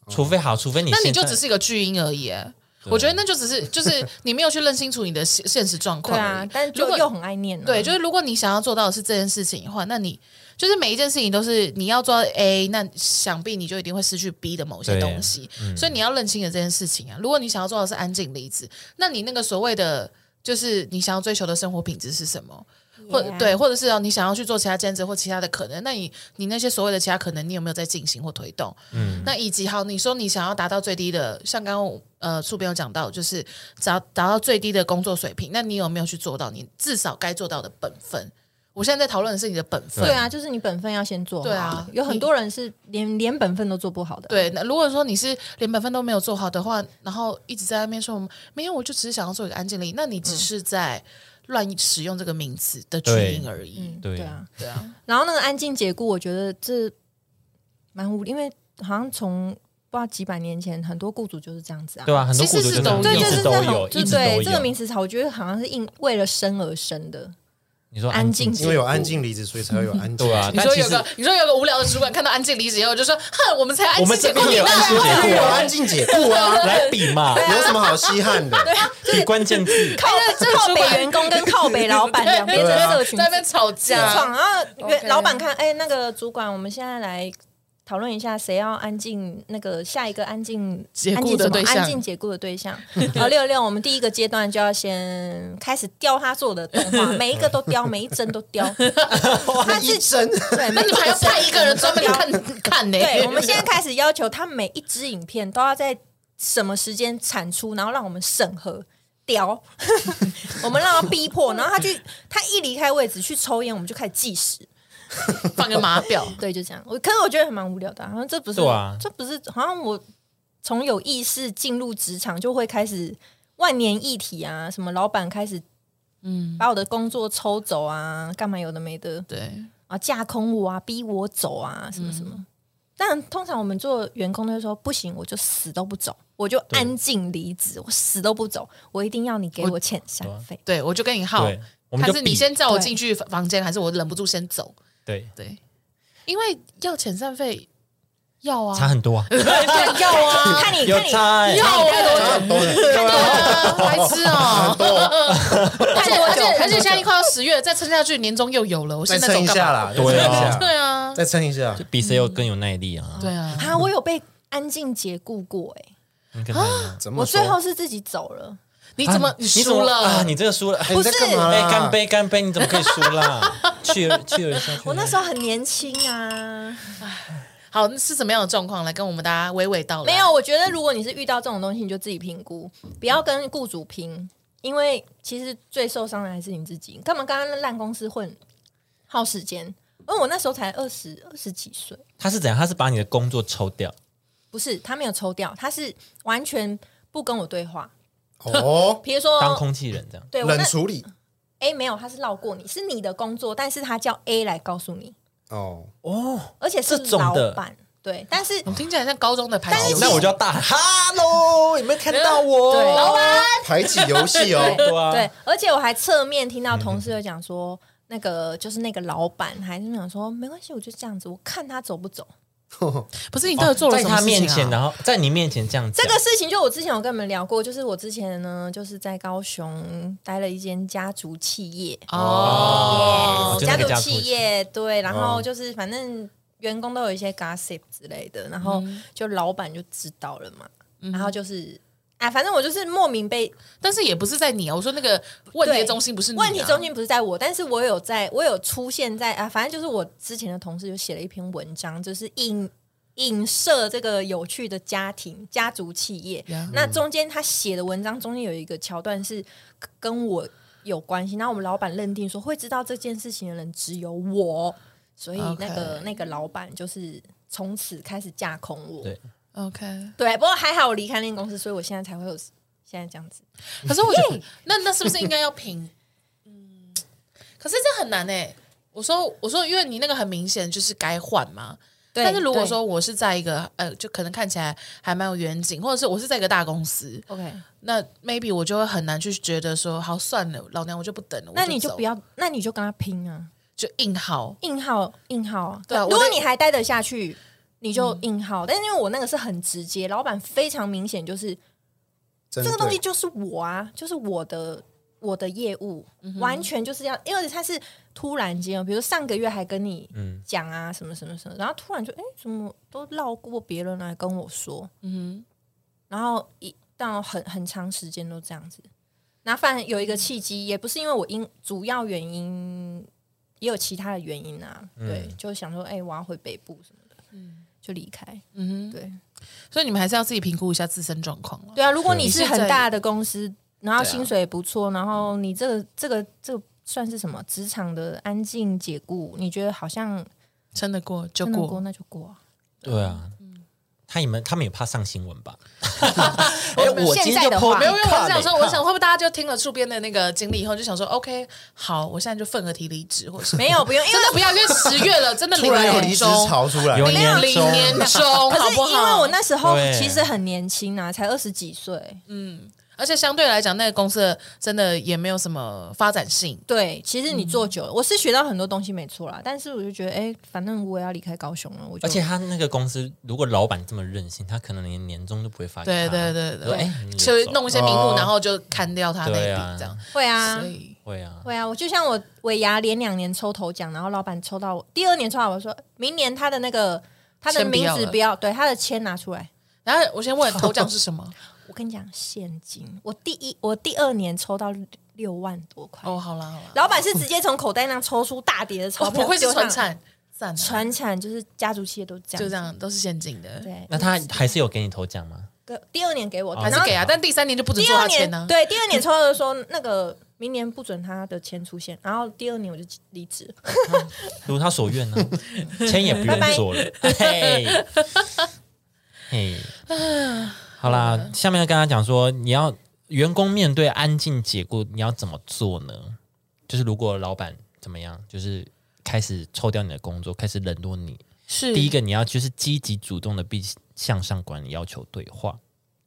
[SPEAKER 1] 除非好，除非你
[SPEAKER 4] 那你
[SPEAKER 1] 现
[SPEAKER 4] 就
[SPEAKER 1] 在
[SPEAKER 4] 只是一个巨婴而已。哎我觉得那就只是就是你没有去认清楚你的现现实状
[SPEAKER 3] 对
[SPEAKER 4] 况而
[SPEAKER 3] 啊
[SPEAKER 4] 已。，
[SPEAKER 3] 但
[SPEAKER 4] 如
[SPEAKER 3] 就
[SPEAKER 4] 果
[SPEAKER 3] 又很爱念、啊。
[SPEAKER 4] 对，就是如果你想要做到的是这件事情的话，那你就是每一件事情都是你要做到 A，那想必你就一定会失去 B 的某些
[SPEAKER 1] 对
[SPEAKER 4] 东西，所以你要认清了这件事情啊。如果你想要做到的是安静离职，那你那个所谓的就是你想要追求的生活品质是什么？或
[SPEAKER 3] Yeah
[SPEAKER 4] 对，或者是哦，你想要去做其他兼职或其他的可能，那你你那些所谓的其他可能，你有没有在进行或推动？嗯，那以及好，你说你想要达到最低的，像刚刚我呃树边有讲到，就是只要达到最低的工作水平，那你有没有去做到你至少该做到的本分？我现在在讨论的是你的本分。
[SPEAKER 3] 对啊，就是你本分要先做好。
[SPEAKER 4] 对啊
[SPEAKER 3] 有很多人是连连本分都做不好的。
[SPEAKER 4] 对，那如果说你是连本分都没有做好的话，然后一直在那边说没有，我就只是想要做一个安静力，那你只是在乱使用这个名词的巨
[SPEAKER 1] 对
[SPEAKER 4] 婴而已。
[SPEAKER 3] 嗯，
[SPEAKER 1] 对
[SPEAKER 3] 对啊。
[SPEAKER 4] 对啊，
[SPEAKER 3] 然后那个安静解雇，我觉得这蛮无，因为好像从不知道几百年前，很多雇主就是这样子啊。
[SPEAKER 1] 对啊，很多雇
[SPEAKER 4] 其实
[SPEAKER 1] 主
[SPEAKER 4] 是
[SPEAKER 1] 就这样
[SPEAKER 4] 都
[SPEAKER 3] 对，
[SPEAKER 4] 有
[SPEAKER 1] 一
[SPEAKER 3] 就
[SPEAKER 1] 直
[SPEAKER 3] 是
[SPEAKER 1] 都
[SPEAKER 3] 这
[SPEAKER 1] 有，一
[SPEAKER 3] 很就
[SPEAKER 1] 直都
[SPEAKER 3] 对
[SPEAKER 1] 有
[SPEAKER 3] 这个名词潮，我觉得好像是因为了生而生的。
[SPEAKER 1] 你说
[SPEAKER 3] 安 静
[SPEAKER 1] 解
[SPEAKER 3] 解
[SPEAKER 2] 因为有安静离职，所以才会有安静。
[SPEAKER 1] 对啊
[SPEAKER 4] 你
[SPEAKER 1] 但
[SPEAKER 4] 说
[SPEAKER 1] 其
[SPEAKER 4] 有
[SPEAKER 1] 实
[SPEAKER 4] 个，
[SPEAKER 3] 哎
[SPEAKER 4] 你说有个无聊的主管看到安静离职以后，就说：“哼，我们才安
[SPEAKER 1] 我
[SPEAKER 4] 静
[SPEAKER 1] 们
[SPEAKER 4] 解
[SPEAKER 1] 这
[SPEAKER 4] 雇
[SPEAKER 1] 边
[SPEAKER 4] 你
[SPEAKER 1] 也有
[SPEAKER 4] 呢。
[SPEAKER 1] 安静解
[SPEAKER 2] 有
[SPEAKER 1] 雇啊，
[SPEAKER 2] 安静解雇啊，
[SPEAKER 1] 来比嘛，
[SPEAKER 2] 有什么好稀罕的？
[SPEAKER 1] 比关键字。
[SPEAKER 3] 靠
[SPEAKER 4] 哎
[SPEAKER 3] 靠北员工跟靠北老板两边的社群
[SPEAKER 4] 啊在那边吵架，
[SPEAKER 3] 创，然后原
[SPEAKER 4] OK
[SPEAKER 3] 啊老板看，哎、那个主管，我们现在来讨论一下，谁要安静？那个下一个安静
[SPEAKER 4] 解雇
[SPEAKER 3] 安静
[SPEAKER 4] 的
[SPEAKER 3] 什么
[SPEAKER 4] 对象
[SPEAKER 3] 安静解雇的对象。然后六六，我们第一个阶段就要先开始雕他做的动画，每一个都雕，每一帧都雕。他
[SPEAKER 2] 一
[SPEAKER 3] 是
[SPEAKER 2] 针
[SPEAKER 3] 对，
[SPEAKER 4] 那
[SPEAKER 3] 每
[SPEAKER 4] 你们还要
[SPEAKER 3] 帧
[SPEAKER 4] 派一个人 专门
[SPEAKER 3] 雕
[SPEAKER 4] 看看呢？
[SPEAKER 3] 对，我们现在开始要求他每一支影片都要在什么时间产出，然后让我们审核。屌， 我们让他逼迫，然后他去，他一离开位置去抽烟，我们就开始计时。
[SPEAKER 4] 放个码 表，
[SPEAKER 3] 对，就这样。我可是我觉得还蛮无聊的啊、好像这不是，
[SPEAKER 1] 对啊
[SPEAKER 3] 这不是，好像我从有意识进入职场就会开始万年一体啊，什么老板开始
[SPEAKER 4] 嗯，
[SPEAKER 3] 把我的工作抽走啊，干嘛有的没的
[SPEAKER 4] 对，
[SPEAKER 3] 啊，架空我啊，逼我走啊，什么什么。但通常我们做员工都会说不行，我就死都不走，我就安静离职，我死都不走，我一定要你给我遣散费。
[SPEAKER 4] 对我就跟你耗，
[SPEAKER 1] 对，我们
[SPEAKER 4] 还
[SPEAKER 1] 就是比
[SPEAKER 4] 你先叫我进去房间，还是我忍不住先走？
[SPEAKER 1] 对，
[SPEAKER 4] 对，因为要遣散费，要
[SPEAKER 1] 差
[SPEAKER 4] 啊，
[SPEAKER 1] 很多啊，
[SPEAKER 3] 对，要啊， 看你
[SPEAKER 1] 有
[SPEAKER 3] 看你
[SPEAKER 1] 差欸
[SPEAKER 3] 看你看多久
[SPEAKER 2] 很多
[SPEAKER 4] 对啊，白痴哦。而且而且而且现在快要十月，再撑下去，年终又有了，我
[SPEAKER 2] 再
[SPEAKER 4] 现在
[SPEAKER 2] 撑
[SPEAKER 4] 走
[SPEAKER 2] 一
[SPEAKER 4] 干
[SPEAKER 2] 下
[SPEAKER 4] 嘛？
[SPEAKER 2] 啦，
[SPEAKER 1] 对啊
[SPEAKER 4] 对啊，
[SPEAKER 2] 再撑一下，
[SPEAKER 1] 就比谁有更有耐力啊。
[SPEAKER 4] 对啊，
[SPEAKER 3] 啊，我有被安静解雇过哎、
[SPEAKER 1] 你跟他一样，
[SPEAKER 2] 怎
[SPEAKER 3] 我
[SPEAKER 2] 么说？
[SPEAKER 3] 最后是自己走了，
[SPEAKER 4] 你怎么
[SPEAKER 1] 啊你怎
[SPEAKER 4] 输
[SPEAKER 1] 么
[SPEAKER 4] 了
[SPEAKER 1] 啊？你这个输了，
[SPEAKER 2] 哎你在干嘛
[SPEAKER 1] 哎，
[SPEAKER 2] 啦？
[SPEAKER 1] 干杯干杯！你怎么可以输啦？ 去去一下，
[SPEAKER 3] 我那时
[SPEAKER 1] 候
[SPEAKER 3] 候很年轻啊，
[SPEAKER 4] 好，那是什么样的状况？来跟我们大家娓娓道来。
[SPEAKER 3] 没有。，我觉得如果你是遇到这种东西，你就自己评估，不要跟雇主拼，因为其实最受伤的还是你自己。干嘛刚刚烂公司混，耗时间？因为我那时候才二十二十几岁，
[SPEAKER 1] 他是怎样？他是把你的工作抽掉，
[SPEAKER 3] 不是他没有抽掉，他是完全不跟我对话。
[SPEAKER 2] 哦，
[SPEAKER 3] 比如
[SPEAKER 1] 当
[SPEAKER 3] 说，
[SPEAKER 1] 空气人这样。
[SPEAKER 3] 对我那
[SPEAKER 2] 冷处理
[SPEAKER 3] A 没有，他是绕过你，是你的工作，但是他叫 A 来告诉你，
[SPEAKER 2] 哦，
[SPEAKER 1] 哦，
[SPEAKER 3] 而且是
[SPEAKER 1] 这种
[SPEAKER 3] 老
[SPEAKER 1] 的哦
[SPEAKER 3] 板。对，但是
[SPEAKER 4] 我听起来像高中的排
[SPEAKER 3] 但
[SPEAKER 4] 球
[SPEAKER 3] 是
[SPEAKER 4] 游戏。
[SPEAKER 1] 那我就要大喊，Hello！有没有哦看到我？
[SPEAKER 3] 对老
[SPEAKER 1] 板，
[SPEAKER 2] 排挤游戏哦，
[SPEAKER 1] 对啊嗯
[SPEAKER 3] 对，而且我还侧面听到同事有讲说，那个就是那个老板还是想说，没关系，我就这样子，我看他走不走。
[SPEAKER 4] 不是你到底做了
[SPEAKER 1] 哦在
[SPEAKER 4] 什么
[SPEAKER 1] 他
[SPEAKER 4] 事情啊
[SPEAKER 1] 面前，然后在你面前这样讲，
[SPEAKER 3] 这个事情就我之前有跟你们聊过，就是我之前呢，就是在高雄待了一间家族企业，
[SPEAKER 4] 哦
[SPEAKER 1] 哦，就
[SPEAKER 3] 家
[SPEAKER 1] 那个
[SPEAKER 3] 族
[SPEAKER 1] 家族
[SPEAKER 3] 企
[SPEAKER 1] 企
[SPEAKER 3] 业对，然
[SPEAKER 2] 哦
[SPEAKER 3] 后就是反正员工都有一些 gossip 之类的，然后
[SPEAKER 1] 嗯
[SPEAKER 3] 就老板就知道了嘛，然后就是。哎，反正我就是莫名被
[SPEAKER 4] 但是也不是在你啊。我说那个问题的中心不是你啊
[SPEAKER 3] 问题中心不是在我，但是我有在，我有出现在啊，反正就是我之前的同事就写了一篇文章，就是影影射这个有趣的家庭、家族企业。
[SPEAKER 4] 呀
[SPEAKER 3] 那中间他写的文章中间有一个桥段是跟我有关系，然后我们老板认定说会知道这件事情的人只有我，所以
[SPEAKER 4] OK
[SPEAKER 3] 那个那个老板就是从此开始架空我。
[SPEAKER 1] 对
[SPEAKER 4] OK。
[SPEAKER 3] 对，不过还好我离开那个公司，所以我现在才会有现在这样子。
[SPEAKER 4] 可是我觉得，嗯那那是不是应该要评？嗯，欸可是这很难哎、我说，我说，因为你那个很明显就是该换嘛。
[SPEAKER 3] 对
[SPEAKER 4] 但是如果
[SPEAKER 3] 对
[SPEAKER 4] 说我是在一个呃，就可能看起来还蛮有远景，或者是我是在一个大公司，
[SPEAKER 3] OK，
[SPEAKER 4] 那 maybe 我就会很难去觉得说，好算了，老娘我就不等了，
[SPEAKER 3] 那
[SPEAKER 4] 我
[SPEAKER 3] 你就
[SPEAKER 4] 走
[SPEAKER 3] 不要，那你就跟他拼啊，
[SPEAKER 4] 就硬耗。
[SPEAKER 3] 硬耗硬耗啊。
[SPEAKER 4] 对啊
[SPEAKER 3] 如
[SPEAKER 4] 我
[SPEAKER 3] 果
[SPEAKER 4] 在
[SPEAKER 3] 你还待得下去，你就硬耗。但是因为我那个是很直接，老板非常明显就是
[SPEAKER 2] 这
[SPEAKER 3] 这个东西就是我啊，就是我的我的业务，完全就是要，因为他是突然间哦，比如上个月还跟你
[SPEAKER 1] 嗯
[SPEAKER 3] 讲啊什么什么什么，然后突然就哎、诶怎么都绕过别人来跟我说，
[SPEAKER 4] 嗯
[SPEAKER 3] 然后一到很很长时间都这样子。那反正有一个契机，也不是因为我因主要原因，也有其他的原因啊。对，就想说，哎、我要回北部什么的，就离开。
[SPEAKER 4] 哼，嗯
[SPEAKER 3] 对，
[SPEAKER 4] 哼，所以你们还是要自己评估一下自身状况了。
[SPEAKER 3] 对啊，如果你
[SPEAKER 4] 你
[SPEAKER 3] 是
[SPEAKER 4] 是
[SPEAKER 3] 很
[SPEAKER 4] 在
[SPEAKER 3] 大的公司，然后
[SPEAKER 4] 对啊
[SPEAKER 3] 薪水也不错，然后你这个这个这个算是什么职场的安静解雇？你觉得好像
[SPEAKER 4] 撑得过就
[SPEAKER 3] 真的
[SPEAKER 4] 过
[SPEAKER 3] 过，那就过啊。
[SPEAKER 1] 对啊，他你们他们也怕上新闻吧？哎、我今
[SPEAKER 3] 哦现
[SPEAKER 1] 天
[SPEAKER 3] 在
[SPEAKER 1] 就
[SPEAKER 3] 的
[SPEAKER 1] po
[SPEAKER 3] 话
[SPEAKER 4] 没有，因为我
[SPEAKER 1] 看
[SPEAKER 4] 是想说，
[SPEAKER 1] 欸
[SPEAKER 4] 我想会不会大家就听了触边的那个经历以后，就想说，OK，好，我现在就份额提离职，或者是
[SPEAKER 3] 没有，不用，因为
[SPEAKER 4] 真的不要，因为十月了，真的
[SPEAKER 2] 突
[SPEAKER 4] 领
[SPEAKER 2] 然有离
[SPEAKER 4] 年
[SPEAKER 2] 职
[SPEAKER 4] 终，
[SPEAKER 2] 潮出来，
[SPEAKER 1] 有
[SPEAKER 4] 没有
[SPEAKER 1] 年
[SPEAKER 4] 领
[SPEAKER 1] 终
[SPEAKER 4] 年终，好
[SPEAKER 3] 可是
[SPEAKER 4] 不
[SPEAKER 3] 因为
[SPEAKER 4] 好？
[SPEAKER 3] 我那时候
[SPEAKER 1] 对
[SPEAKER 3] 其实很年轻啊，才二十几岁。
[SPEAKER 4] 而且相对来讲，那个公司的真的也没有什么发展性。
[SPEAKER 3] 对，其实你做
[SPEAKER 4] 嗯
[SPEAKER 3] 久了，我是学到很多东西没错啦，但是我就觉得，哎、反正我也要离开高雄了，我就
[SPEAKER 1] 而且他那个公司，如果老板这么任性，他可能连年终都不会发给
[SPEAKER 4] 对
[SPEAKER 1] 他。
[SPEAKER 4] 对对对，
[SPEAKER 1] 对哎你也
[SPEAKER 4] 就
[SPEAKER 1] 走
[SPEAKER 4] 弄一些名目
[SPEAKER 2] 哦，
[SPEAKER 4] 然后就砍掉他那一
[SPEAKER 1] 对
[SPEAKER 4] 笔
[SPEAKER 1] 啊
[SPEAKER 4] 这样。
[SPEAKER 3] 会啊
[SPEAKER 4] 所，以
[SPEAKER 1] 会啊，
[SPEAKER 3] 会啊，我就像我尾牙连两年抽头奖，然后老板抽到我第二年抽到我说，明年他的那个他的
[SPEAKER 4] 签不
[SPEAKER 3] 名
[SPEAKER 4] 要
[SPEAKER 3] 字
[SPEAKER 4] 了
[SPEAKER 3] 不要，对他的签拿出来。
[SPEAKER 4] 然后我先问头奖是什么？
[SPEAKER 3] 我跟你讲，现金，我第一我第二年抽到六万多块，
[SPEAKER 4] 哦，好啦好啦，
[SPEAKER 3] 老板是直接从口袋那样抽出大叠的钞
[SPEAKER 4] 我
[SPEAKER 3] 票，
[SPEAKER 4] 不愧是
[SPEAKER 3] 丢上
[SPEAKER 4] 传，产，赞啊，
[SPEAKER 3] 传产就是家族企业都这样，
[SPEAKER 4] 就这。样都是现金的，
[SPEAKER 3] 对，
[SPEAKER 1] 那他还是有给你头奖吗？
[SPEAKER 3] 个第二年给我，
[SPEAKER 1] 哦
[SPEAKER 4] 还
[SPEAKER 3] 然
[SPEAKER 4] 是
[SPEAKER 3] 后
[SPEAKER 4] 给啊？但第三年就不准
[SPEAKER 3] 第
[SPEAKER 4] 做
[SPEAKER 3] 二
[SPEAKER 4] 他
[SPEAKER 3] 年
[SPEAKER 4] 钱啊呢。
[SPEAKER 3] 对第二年抽到的说那个明年不准他的钱出现，然后第二年我就离职。
[SPEAKER 1] 如他所愿呢、 签也不用做了。嘿，嘿，好啦，下面要跟他讲说，你要员工面对安静解雇，你要怎么做呢？就是如果老板怎么样，就是开始抽掉你的工作，开始冷落你。
[SPEAKER 3] 嗯
[SPEAKER 4] 是
[SPEAKER 1] 第一个，你要就是积极主动的，并向上管理要求对话，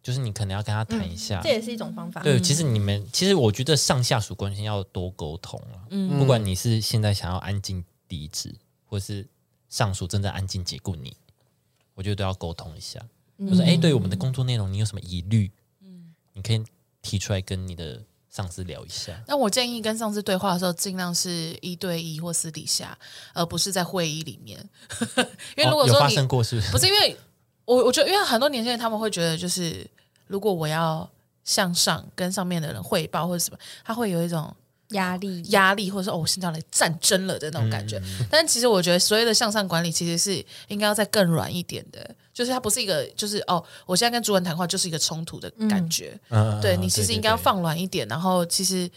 [SPEAKER 1] 就是你可能要跟他谈一下。
[SPEAKER 3] 嗯这也是一种方法。
[SPEAKER 1] 对，其实你们其实我觉得上下属关系要多沟通啊了、不管你是现在想要安静离职，或是上属正在安静解雇你，我觉得都要沟通一下。就说，哎、
[SPEAKER 3] 嗯
[SPEAKER 1] 对我们的工作内容你有什么疑虑？你可以提出来跟你的上司聊一下。
[SPEAKER 4] 那我建议跟上司对话的时候，尽量是一对一或私底下，而不是在会议里面。 因为如果
[SPEAKER 1] 哦有
[SPEAKER 4] 说
[SPEAKER 1] 发
[SPEAKER 4] 你、
[SPEAKER 1] 生过是不是？
[SPEAKER 4] 不是因为我，我觉得因为很多年轻人他们会觉得，就是如果我要向上跟上面的人汇报或者什么，他会有一种
[SPEAKER 3] 压力
[SPEAKER 4] 压力，或者说哦，我现在要来战争了的那种感觉。但其实我觉得所谓的向上管理，其实是应该要再更软一点的，就是它不是一个就是哦，我现在跟主管谈话就是一个冲突的感觉。
[SPEAKER 1] 嗯
[SPEAKER 4] 啊对你其实应该要。放软一点，然后其实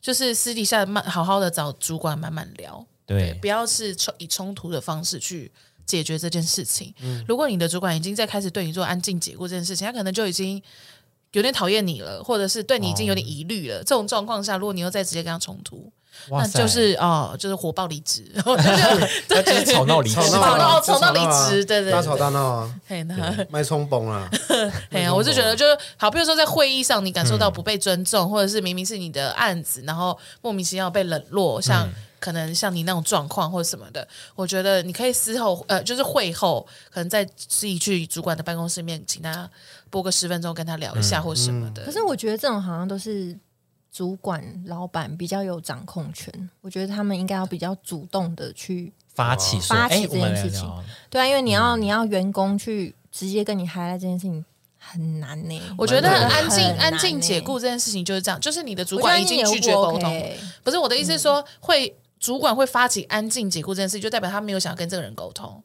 [SPEAKER 4] 就是私底下慢好好的找主管慢慢聊，
[SPEAKER 1] 对
[SPEAKER 4] 不要是冲以冲突的方式去解决这件事情。如果你的主管已经在开始对你做安静解雇这件事情，他可能就已经。有点讨厌你了，或者是对你已经有点疑虑了。这种状况下，如果你又再直接跟他冲突，
[SPEAKER 1] 哇
[SPEAKER 4] 那
[SPEAKER 1] 塞
[SPEAKER 4] 就是哦，就是火爆离职， 对，
[SPEAKER 1] 就是吵闹离职
[SPEAKER 2] 吵
[SPEAKER 4] 吵
[SPEAKER 2] 闹
[SPEAKER 4] 闹
[SPEAKER 2] 啊
[SPEAKER 4] 哦吵闹
[SPEAKER 2] 就啊
[SPEAKER 4] 离职，对对
[SPEAKER 2] 大
[SPEAKER 4] 对
[SPEAKER 2] 吵大闹啊，
[SPEAKER 4] 嘿那
[SPEAKER 2] 脉冲崩啊，
[SPEAKER 4] 哎呀，我就觉得就是好，比如说在会议上你感受
[SPEAKER 1] 嗯
[SPEAKER 4] 到不被尊重，或者是明明是你的案子，然后莫名其妙被冷落，像、
[SPEAKER 1] 嗯
[SPEAKER 4] 可能像你那种状况或者什么的，我觉得你可以事后呃，就是会后可能再自己去主管的办公室里面，请他播个十分钟跟他聊一
[SPEAKER 1] 嗯
[SPEAKER 4] 下或什么的。
[SPEAKER 3] 可是我觉得这种好像都是主管、老板比较有掌控权，我觉得他们应该要比较主动的去，
[SPEAKER 1] 发起说，
[SPEAKER 3] 发起
[SPEAKER 1] 哎、
[SPEAKER 3] 这
[SPEAKER 1] 我们
[SPEAKER 3] 件
[SPEAKER 1] 来
[SPEAKER 3] 事情
[SPEAKER 1] 聊。
[SPEAKER 3] 对啊，因为你要、你要员工去直接跟你嗨这件事情很难呢、
[SPEAKER 4] 我觉得很
[SPEAKER 2] 蛮
[SPEAKER 4] 安静，
[SPEAKER 3] 很难
[SPEAKER 4] 安
[SPEAKER 3] 欸
[SPEAKER 4] 静解雇这件事情就是这样，就是你的主
[SPEAKER 3] 主
[SPEAKER 4] 管已经拒绝沟通，
[SPEAKER 3] OK,
[SPEAKER 4] 不是我的意思是说，
[SPEAKER 3] 嗯
[SPEAKER 4] 会主管会发起安静解雇这件事情，就代表他没有想跟这个人沟通。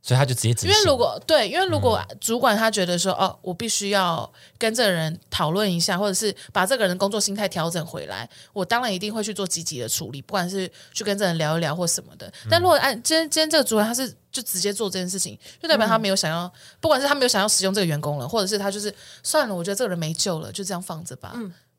[SPEAKER 1] 所以他就直接执行。
[SPEAKER 4] 因为如果对，因为如果
[SPEAKER 3] 嗯
[SPEAKER 4] 主管他觉得说，哦，我必须要跟这个人讨论一下，或者是把这个人的工作心态调整回来，我当然一定会去做积极的处理，不管是去跟这个人聊一聊或什么的。
[SPEAKER 3] 嗯
[SPEAKER 4] 但如果按今天今天这个主管他是就直接做这件事情，就代表他没有想要，不管是他没有想要使用这个员工了，或者是他就是算了，我觉得这个人没救了，就这样放着吧。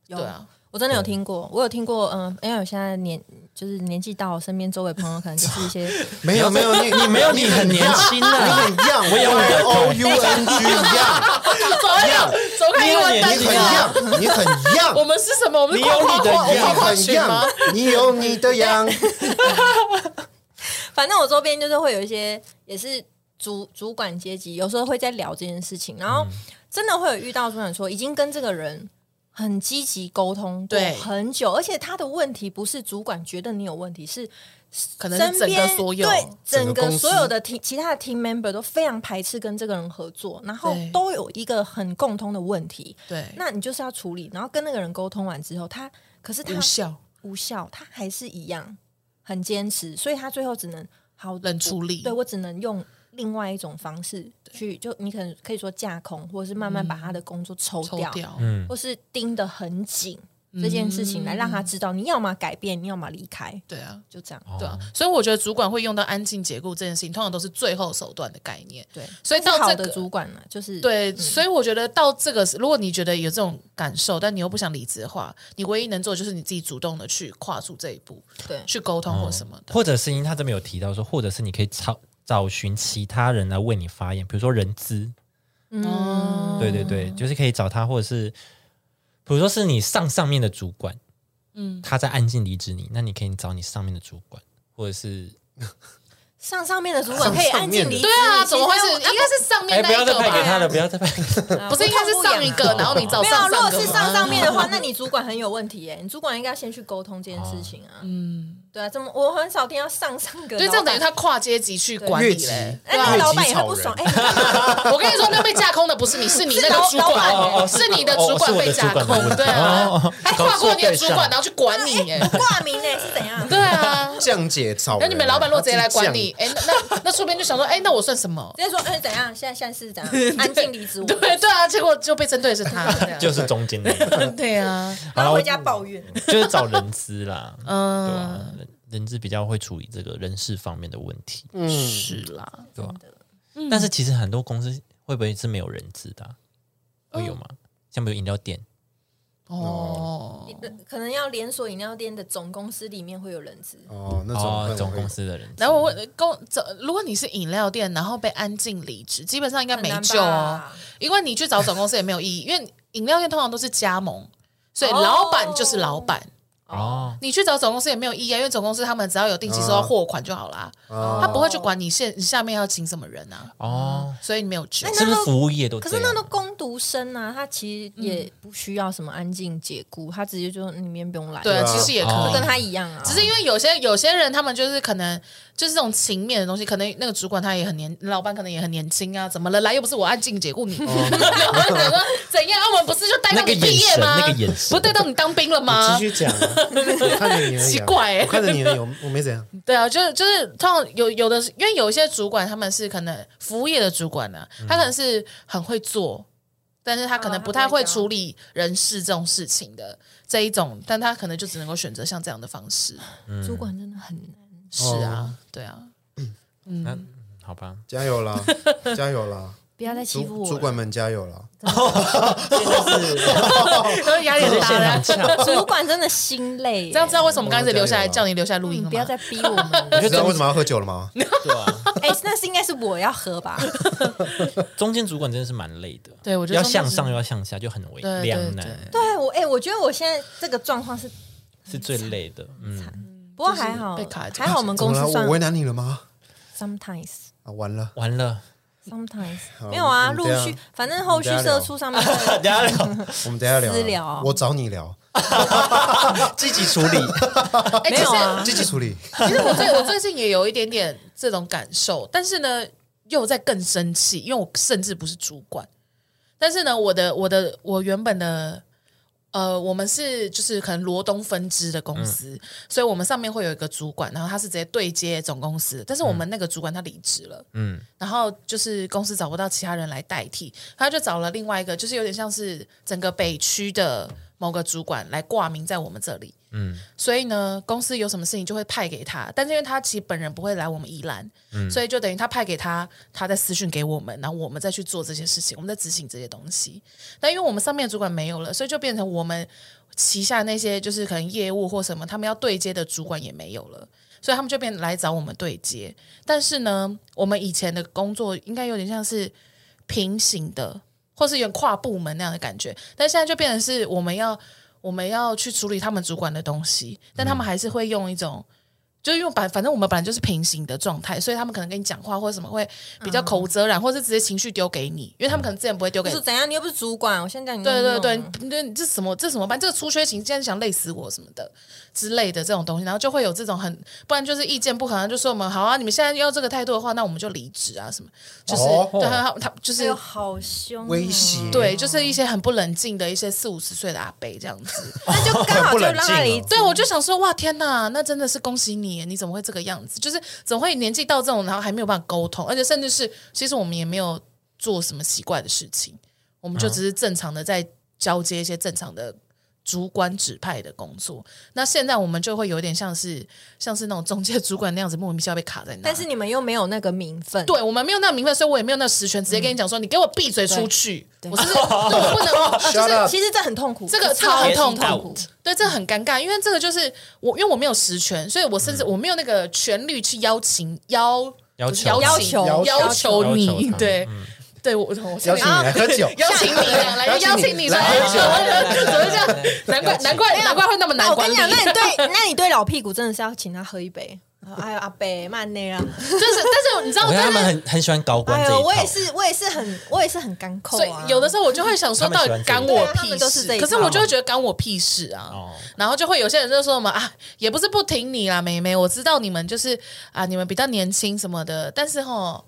[SPEAKER 3] 有
[SPEAKER 4] 对啊，
[SPEAKER 3] 我真的有听过，我有听过，嗯，因为我现在年就是年纪到，身边周围朋友可能就是一 些，
[SPEAKER 2] 没有没有，你你
[SPEAKER 1] 没有你很年轻啊
[SPEAKER 2] 你很 young，
[SPEAKER 1] 我也很
[SPEAKER 2] O U N G 一样，
[SPEAKER 4] 走开， 走开，
[SPEAKER 1] 你
[SPEAKER 4] 英
[SPEAKER 1] 有
[SPEAKER 4] 文
[SPEAKER 1] 眼
[SPEAKER 4] 单
[SPEAKER 2] 哎你
[SPEAKER 4] 词
[SPEAKER 2] 很
[SPEAKER 4] 啊。
[SPEAKER 2] young，你很
[SPEAKER 4] 我
[SPEAKER 2] young，
[SPEAKER 4] 们是什么？我们是
[SPEAKER 1] 你有你的
[SPEAKER 4] 跨
[SPEAKER 2] 你
[SPEAKER 4] 跨跨跨
[SPEAKER 2] 很
[SPEAKER 4] 群吗？
[SPEAKER 2] young，你有你的 young，
[SPEAKER 3] 反正我周边就是会有一些也是主主管阶级，有时候会在聊这件事情，然后
[SPEAKER 4] 嗯
[SPEAKER 3] 真的会有遇到主管说已经跟这个人。很积极沟通过
[SPEAKER 4] 对
[SPEAKER 3] 很久，而且他的问题不是主管觉得你有问题，是
[SPEAKER 4] 可能是
[SPEAKER 3] 身
[SPEAKER 4] 整
[SPEAKER 3] 边
[SPEAKER 4] 个所有
[SPEAKER 3] 对
[SPEAKER 2] 整
[SPEAKER 3] 整
[SPEAKER 2] 个
[SPEAKER 3] 个
[SPEAKER 2] 公司
[SPEAKER 3] 所有的 team 其他的 team member 都非常排斥跟这个人合作，然后
[SPEAKER 4] 对
[SPEAKER 3] 都有一个很共通的问题，
[SPEAKER 4] 对
[SPEAKER 3] 那你就是要处理，然后跟那个人沟通完之后，他可是他
[SPEAKER 4] 无效
[SPEAKER 3] 无效，他还是一样很坚持，所以他最后只能好
[SPEAKER 4] 冷处理。
[SPEAKER 3] 对我只能用另外一种方式去，就你可能可以说架空，或者是慢慢把他的工作抽
[SPEAKER 4] 嗯抽
[SPEAKER 3] 掉，
[SPEAKER 4] 掉。嗯
[SPEAKER 1] 嗯，
[SPEAKER 3] 或是盯得很紧、这件事情，来让他知道你要么改变，你要么离开，
[SPEAKER 4] 对啊，
[SPEAKER 3] 就这样。
[SPEAKER 2] 哦
[SPEAKER 4] 对啊，所以我觉得主管会用到安静解雇这件事情，通常都是最后手段的概念。
[SPEAKER 3] 对，
[SPEAKER 4] 所以
[SPEAKER 3] 但
[SPEAKER 4] 到
[SPEAKER 3] 是好
[SPEAKER 4] 这
[SPEAKER 3] 的
[SPEAKER 4] 个，
[SPEAKER 3] 主管呢、嗯就是
[SPEAKER 4] 对，所以我觉得到这个，如果你觉得有这种感受，但你又不想离职的话，你唯一能做就是你自己主动的去跨出这一步，
[SPEAKER 3] 对
[SPEAKER 4] 去沟通或什么
[SPEAKER 1] 哦
[SPEAKER 4] 的。
[SPEAKER 1] 或者是因为他这边有提到说，或者是你可以找找寻其他人来为你发言，比如说人资，
[SPEAKER 3] 嗯，
[SPEAKER 1] 对对对，就是可以找他，或者是比如说是你上上面的主管，嗯，他在暗劲离职你，那你可以找你上面的主管，或者是
[SPEAKER 3] 上上面的主管可以
[SPEAKER 2] 上
[SPEAKER 3] 安静
[SPEAKER 2] 面的
[SPEAKER 3] 离职，
[SPEAKER 4] 对啊，怎么会是？
[SPEAKER 3] 你
[SPEAKER 4] 应
[SPEAKER 3] 其实
[SPEAKER 4] 该是上
[SPEAKER 1] 哎，
[SPEAKER 4] 面
[SPEAKER 1] 不
[SPEAKER 4] 那
[SPEAKER 1] 要
[SPEAKER 4] 一
[SPEAKER 1] 再
[SPEAKER 4] 个
[SPEAKER 1] 派给
[SPEAKER 4] 吧？
[SPEAKER 1] 他了，不要再 派给他。
[SPEAKER 3] 要
[SPEAKER 4] 不是应该是上一个，然后你找
[SPEAKER 3] 没有，
[SPEAKER 4] 哦上
[SPEAKER 3] 如果
[SPEAKER 4] 上
[SPEAKER 3] 是
[SPEAKER 4] 个
[SPEAKER 3] 上
[SPEAKER 4] 吗？
[SPEAKER 3] 上面的话， 那你主管很有问题耶、你主管应该先去沟通这件事情啊。嗯，对啊，怎么我很少听到上上个老板，
[SPEAKER 4] 哦对，这样等于他啊跨阶级去管理
[SPEAKER 2] 越级
[SPEAKER 4] 嘞。
[SPEAKER 3] 哎，那
[SPEAKER 2] 越
[SPEAKER 3] 个老
[SPEAKER 2] 级
[SPEAKER 3] 板也会
[SPEAKER 2] 炒
[SPEAKER 3] 不爽，哎、
[SPEAKER 4] 我跟你说，那被架空的不是你，是你那个主
[SPEAKER 3] 老
[SPEAKER 4] 管，
[SPEAKER 3] 老板
[SPEAKER 1] 哦哦
[SPEAKER 4] 是你的主
[SPEAKER 1] 是
[SPEAKER 4] 管
[SPEAKER 1] 我
[SPEAKER 4] 被
[SPEAKER 1] 的
[SPEAKER 4] 架
[SPEAKER 1] 主管
[SPEAKER 4] 空，对
[SPEAKER 1] 哦
[SPEAKER 4] 啊
[SPEAKER 1] 哦，
[SPEAKER 4] 还跨过你的主管，然后去管你， 哎，
[SPEAKER 3] 挂名呢是怎样？
[SPEAKER 4] 对啊。
[SPEAKER 2] 降解草。
[SPEAKER 4] 那你们老板如果直接来管你
[SPEAKER 2] 降，，
[SPEAKER 4] 哎，那那那说不定就想说，哎，那我算什么？
[SPEAKER 3] 直接说，哎、怎样？现在现在是怎样？安静离职我，
[SPEAKER 4] 对对啊，结果就被针对是他，
[SPEAKER 1] 就是中间那个，
[SPEAKER 4] 对啊，
[SPEAKER 1] 好了
[SPEAKER 3] 然后
[SPEAKER 1] 我
[SPEAKER 3] 回家抱怨。
[SPEAKER 1] 就是找人资啦，对啊吧、
[SPEAKER 4] 嗯，
[SPEAKER 1] 人人资比较会处理这个人事方面的问题，
[SPEAKER 4] 嗯是啦，
[SPEAKER 1] 对啊吧、但是其实很多公司会不会是没有人资的啊、会有吗？像比如饮料店，嗯
[SPEAKER 4] 哦，
[SPEAKER 3] 可能要连锁饮料店的总公司里面会有人资，
[SPEAKER 2] 哦，那
[SPEAKER 1] 哦，
[SPEAKER 2] 种
[SPEAKER 1] 总公
[SPEAKER 2] 司
[SPEAKER 1] 司的人资
[SPEAKER 4] 然，后我问公，这如果你是饮料店，然后被安静离职，基本上应该没
[SPEAKER 3] 很难
[SPEAKER 4] 救哦
[SPEAKER 3] 吧，
[SPEAKER 4] 因为你去找总公司也没有意义，因为饮料店通常都是加盟，所以
[SPEAKER 3] 哦
[SPEAKER 4] 老板就是老板。
[SPEAKER 1] 哦，
[SPEAKER 4] 你去找总公司也没有意义啊，因为总公司他们只要有定期收到货款就好啦，
[SPEAKER 2] 啊
[SPEAKER 4] 他不
[SPEAKER 3] 哦
[SPEAKER 4] 会去管你现你下面要请什么人啊，
[SPEAKER 1] 哦，
[SPEAKER 4] 所以你没有救。
[SPEAKER 1] 是不是服务业都
[SPEAKER 3] 可
[SPEAKER 1] 这
[SPEAKER 3] 是
[SPEAKER 1] 样？
[SPEAKER 3] 那都攻读生啊，他其实
[SPEAKER 4] 嗯
[SPEAKER 3] 也不需要什么安静解雇，他直接就你们不用来，
[SPEAKER 4] 对啊，
[SPEAKER 2] 对啊
[SPEAKER 4] 其实也可
[SPEAKER 1] 哦
[SPEAKER 3] 就跟
[SPEAKER 4] 以。
[SPEAKER 3] 他一样啊。
[SPEAKER 4] 只是因为有些有些人，他们就是可能就是这种情面的东西，可能那个主管他也很年，老板可能也很年轻啊，怎么了？来又不是我按静解雇你， 然后怎么怎样？啊，我们不是就待到
[SPEAKER 1] 那个
[SPEAKER 4] 你
[SPEAKER 1] 眼
[SPEAKER 4] 毕业
[SPEAKER 1] 神，
[SPEAKER 4] 吗？
[SPEAKER 1] 那个眼神
[SPEAKER 4] 不，对到你当兵了吗
[SPEAKER 2] 继？续 讲啊，我看着你而已啊
[SPEAKER 4] 奇怪欸
[SPEAKER 2] 我看着你而已，我我没怎样。
[SPEAKER 4] 对啊，就是就是，通常有有的是，因为有一些主管他们是可能服务业的主管呢、啊他可能是很会做，但是他可能
[SPEAKER 3] 哦
[SPEAKER 4] 不太会
[SPEAKER 3] 他不会教
[SPEAKER 4] 处理人事这种事情的这一种，但他可能就只能够选择像这样的方式。
[SPEAKER 3] 主管真的很难，
[SPEAKER 4] 是啊，对啊，
[SPEAKER 1] 好吧，
[SPEAKER 2] 加油啦，加油啦！
[SPEAKER 3] 不要再欺负
[SPEAKER 2] 主
[SPEAKER 3] 我
[SPEAKER 2] 主
[SPEAKER 3] 了。
[SPEAKER 2] 管们加油啦！
[SPEAKER 4] 压力很大的。啊
[SPEAKER 3] 主管真的心累，
[SPEAKER 4] 这样知道为什么我们刚开始留下来
[SPEAKER 2] 加油啊
[SPEAKER 4] 叫你留下来录音
[SPEAKER 3] 嗯
[SPEAKER 4] 了吗？
[SPEAKER 3] 不要再逼我们 了。
[SPEAKER 2] 你知道为什么要喝酒了吗？
[SPEAKER 1] 对 啊，
[SPEAKER 3] 哎、那是应该是我要 喝吧？
[SPEAKER 1] 中间主管真的是蛮累的，
[SPEAKER 4] 对我觉得
[SPEAKER 1] 要
[SPEAKER 4] 中间
[SPEAKER 1] 向上又要向下，就很为
[SPEAKER 4] 对对
[SPEAKER 1] 两
[SPEAKER 4] 对
[SPEAKER 1] 难，
[SPEAKER 3] 对我，哎、我觉得我现在这个状况是，
[SPEAKER 1] 是最累的，嗯，
[SPEAKER 3] 不过还好，
[SPEAKER 4] 就是被卡着
[SPEAKER 3] 还好我们
[SPEAKER 2] 怎么
[SPEAKER 3] 公
[SPEAKER 2] 了？
[SPEAKER 3] 司算
[SPEAKER 2] 我为难你了吗？
[SPEAKER 3] sometimes。
[SPEAKER 2] 啊，完了，
[SPEAKER 1] 完 了，
[SPEAKER 3] Sometimes
[SPEAKER 2] 好
[SPEAKER 3] 没有啊，
[SPEAKER 2] 我们
[SPEAKER 3] 陆
[SPEAKER 2] 等一下
[SPEAKER 3] 续反正后续社畜 上面会
[SPEAKER 1] 大家聊，
[SPEAKER 2] 我们等一下聊
[SPEAKER 3] 私聊啊
[SPEAKER 2] 我找你聊，
[SPEAKER 1] 积极处理，
[SPEAKER 4] 哎，
[SPEAKER 3] 没有啊
[SPEAKER 2] 积极处理。
[SPEAKER 4] 其实我最我最近也有一点点这种感受，但是呢，又在更生气，因为我甚至不是主管，但是呢，我的我的我原本的。呃，我们是就是可能罗东分支的公司，所以我们上面会有一个主管，然后他是直接对接总公司，但是我们那个主管他离职了，
[SPEAKER 1] 嗯，
[SPEAKER 4] 然后就是公司找不到其他人来代替，他就找了另外一个，就是有点像是整个北区的某个主管来挂名在我们这里，
[SPEAKER 1] 嗯，
[SPEAKER 4] 所以呢，公司有什么事情就会派给他，但是因为他其实本人不会来我们宜兰，所以就等于他派给他，他再私讯给我们，然后我们再去做这些事情，我们再执行这些东西。但因为我们上面的主管没有了，所以就变成我们旗下那些就是可能业务或什么，他们要对接的主管也没有了。所以他们就变来找我们对接，但是呢，我们以前的工作应该有点像是平行的，或是有点跨部门那样的感觉。但现在就变成是我们要我们要去处理他们主管的东西，但他们还是会用一种。就是用反反正我们本来就是平行的状态，所以他们可能跟你讲话或者什么会比较口无遮拦，或是直接情绪丢给你，因为他们可能之前不会丢
[SPEAKER 3] 我
[SPEAKER 4] 给
[SPEAKER 3] 说怎样？你又不是主管，我现在叫你
[SPEAKER 4] 对对对
[SPEAKER 3] 弄啊，
[SPEAKER 4] 对，你这什么这什么办？这个出缺勤，竟然想累死我什么的之类的这种东西，然后就会有这种很，不然就是意见不合，然后就说我们好啊，你们现在要这个态度的话，那我们就离职啊什么，就是、
[SPEAKER 2] 哦
[SPEAKER 4] 对他他就
[SPEAKER 3] 哎
[SPEAKER 4] 是
[SPEAKER 3] 呦，好凶哦，
[SPEAKER 2] 威胁
[SPEAKER 4] 对，就是一些很不冷静的一些四五十岁的阿伯这样子。
[SPEAKER 3] 那就刚好就让他离
[SPEAKER 2] 很不冷静哦
[SPEAKER 3] 职
[SPEAKER 4] 对，我就想说，哇，天哪，那真的是恭喜你，你怎么会这个样子？就是怎么会年纪到这种，然后还没有办法沟通，而且甚至是，其实我们也没有做什么奇怪的事情，我
[SPEAKER 3] 嗯
[SPEAKER 4] 们就只是正常的在交接一些正常的主管指派的工作。那现在我们就会有点像是像是那种中介主管那样子，莫名其妙被卡在那。
[SPEAKER 3] 但是你们又没有那个名分，
[SPEAKER 4] 对我们没有那个名分，所以我也没有那个实权，直接跟你讲说，你给我闭嘴出去，
[SPEAKER 3] 嗯对
[SPEAKER 4] 我就是对我不能，就是
[SPEAKER 2] Shut up
[SPEAKER 3] 其实这很痛苦，
[SPEAKER 4] 这
[SPEAKER 3] 超
[SPEAKER 4] 个这
[SPEAKER 3] 级
[SPEAKER 4] 个很
[SPEAKER 3] 痛
[SPEAKER 1] 痛
[SPEAKER 3] 苦
[SPEAKER 1] 苦。
[SPEAKER 4] 对，这很尴尬，因为这个就是我，因为我没有实权，所以我甚至我没有那个权利去邀请邀
[SPEAKER 1] 要
[SPEAKER 4] 不是
[SPEAKER 1] 求
[SPEAKER 4] 邀
[SPEAKER 3] 要
[SPEAKER 4] 请
[SPEAKER 3] 求
[SPEAKER 4] 要
[SPEAKER 1] 要
[SPEAKER 4] 求
[SPEAKER 1] 求嗯
[SPEAKER 4] 你，
[SPEAKER 1] 他
[SPEAKER 4] 对对，我我我
[SPEAKER 2] 邀请你来喝酒，
[SPEAKER 4] 邀请你 来邀请你来喝酒，怎么这样？难怪难怪难怪会那么
[SPEAKER 3] 那
[SPEAKER 4] 难
[SPEAKER 3] 我
[SPEAKER 4] 管
[SPEAKER 3] 跟
[SPEAKER 4] 理
[SPEAKER 3] 你，讲，那你对 那你对老屁股真的是要请他喝一杯。哎呦，阿北慢内啦！
[SPEAKER 4] 就是但是你知 道，
[SPEAKER 1] 我看他
[SPEAKER 4] 但
[SPEAKER 1] 们
[SPEAKER 4] 是。
[SPEAKER 1] 很很喜欢高官
[SPEAKER 3] 哎
[SPEAKER 1] 这一
[SPEAKER 3] 呦，
[SPEAKER 1] 套，
[SPEAKER 3] 我也是，我也是很，我也是很干扣
[SPEAKER 4] 所以
[SPEAKER 3] 啊。
[SPEAKER 4] 有的时候我就会想说，
[SPEAKER 1] 他们
[SPEAKER 4] 到
[SPEAKER 1] 喜
[SPEAKER 4] 底
[SPEAKER 1] 欢
[SPEAKER 4] 干
[SPEAKER 1] 这一
[SPEAKER 3] 套
[SPEAKER 4] 我
[SPEAKER 3] 对啊他
[SPEAKER 4] 屁
[SPEAKER 3] 们都是这
[SPEAKER 4] 事？
[SPEAKER 3] 一
[SPEAKER 4] 可是
[SPEAKER 3] 套
[SPEAKER 4] 我就会觉得干我屁事啊！
[SPEAKER 1] 哦
[SPEAKER 4] 然后就会有些人就说什么啊，也不是不听你啦，妹妹，我知道你们就是啊，你们比较年轻什么的，但是吼，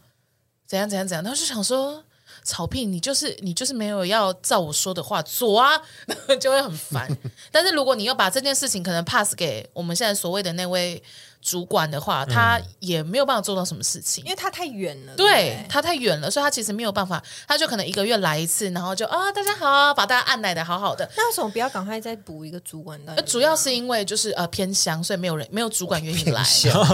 [SPEAKER 4] 怎样怎样怎样，然后就想说。草屁，你就是你就是没有要照我说的话做啊， 然后就会很烦。 但是如果你要把这件事情可能 pass 给我们现在所谓的那位主管的话，他也没有办法做到什么事情，
[SPEAKER 3] 嗯因为他太远了，
[SPEAKER 4] 对他太远了，所以他其实没有办法，他就可能一个月来一次，然后就啊，大家好，把大家按奶的好好的。
[SPEAKER 3] 那为什么不要赶快再补一个主管的
[SPEAKER 4] 呃？主要是因为就是呃偏乡，所以没有人没有主管愿意来。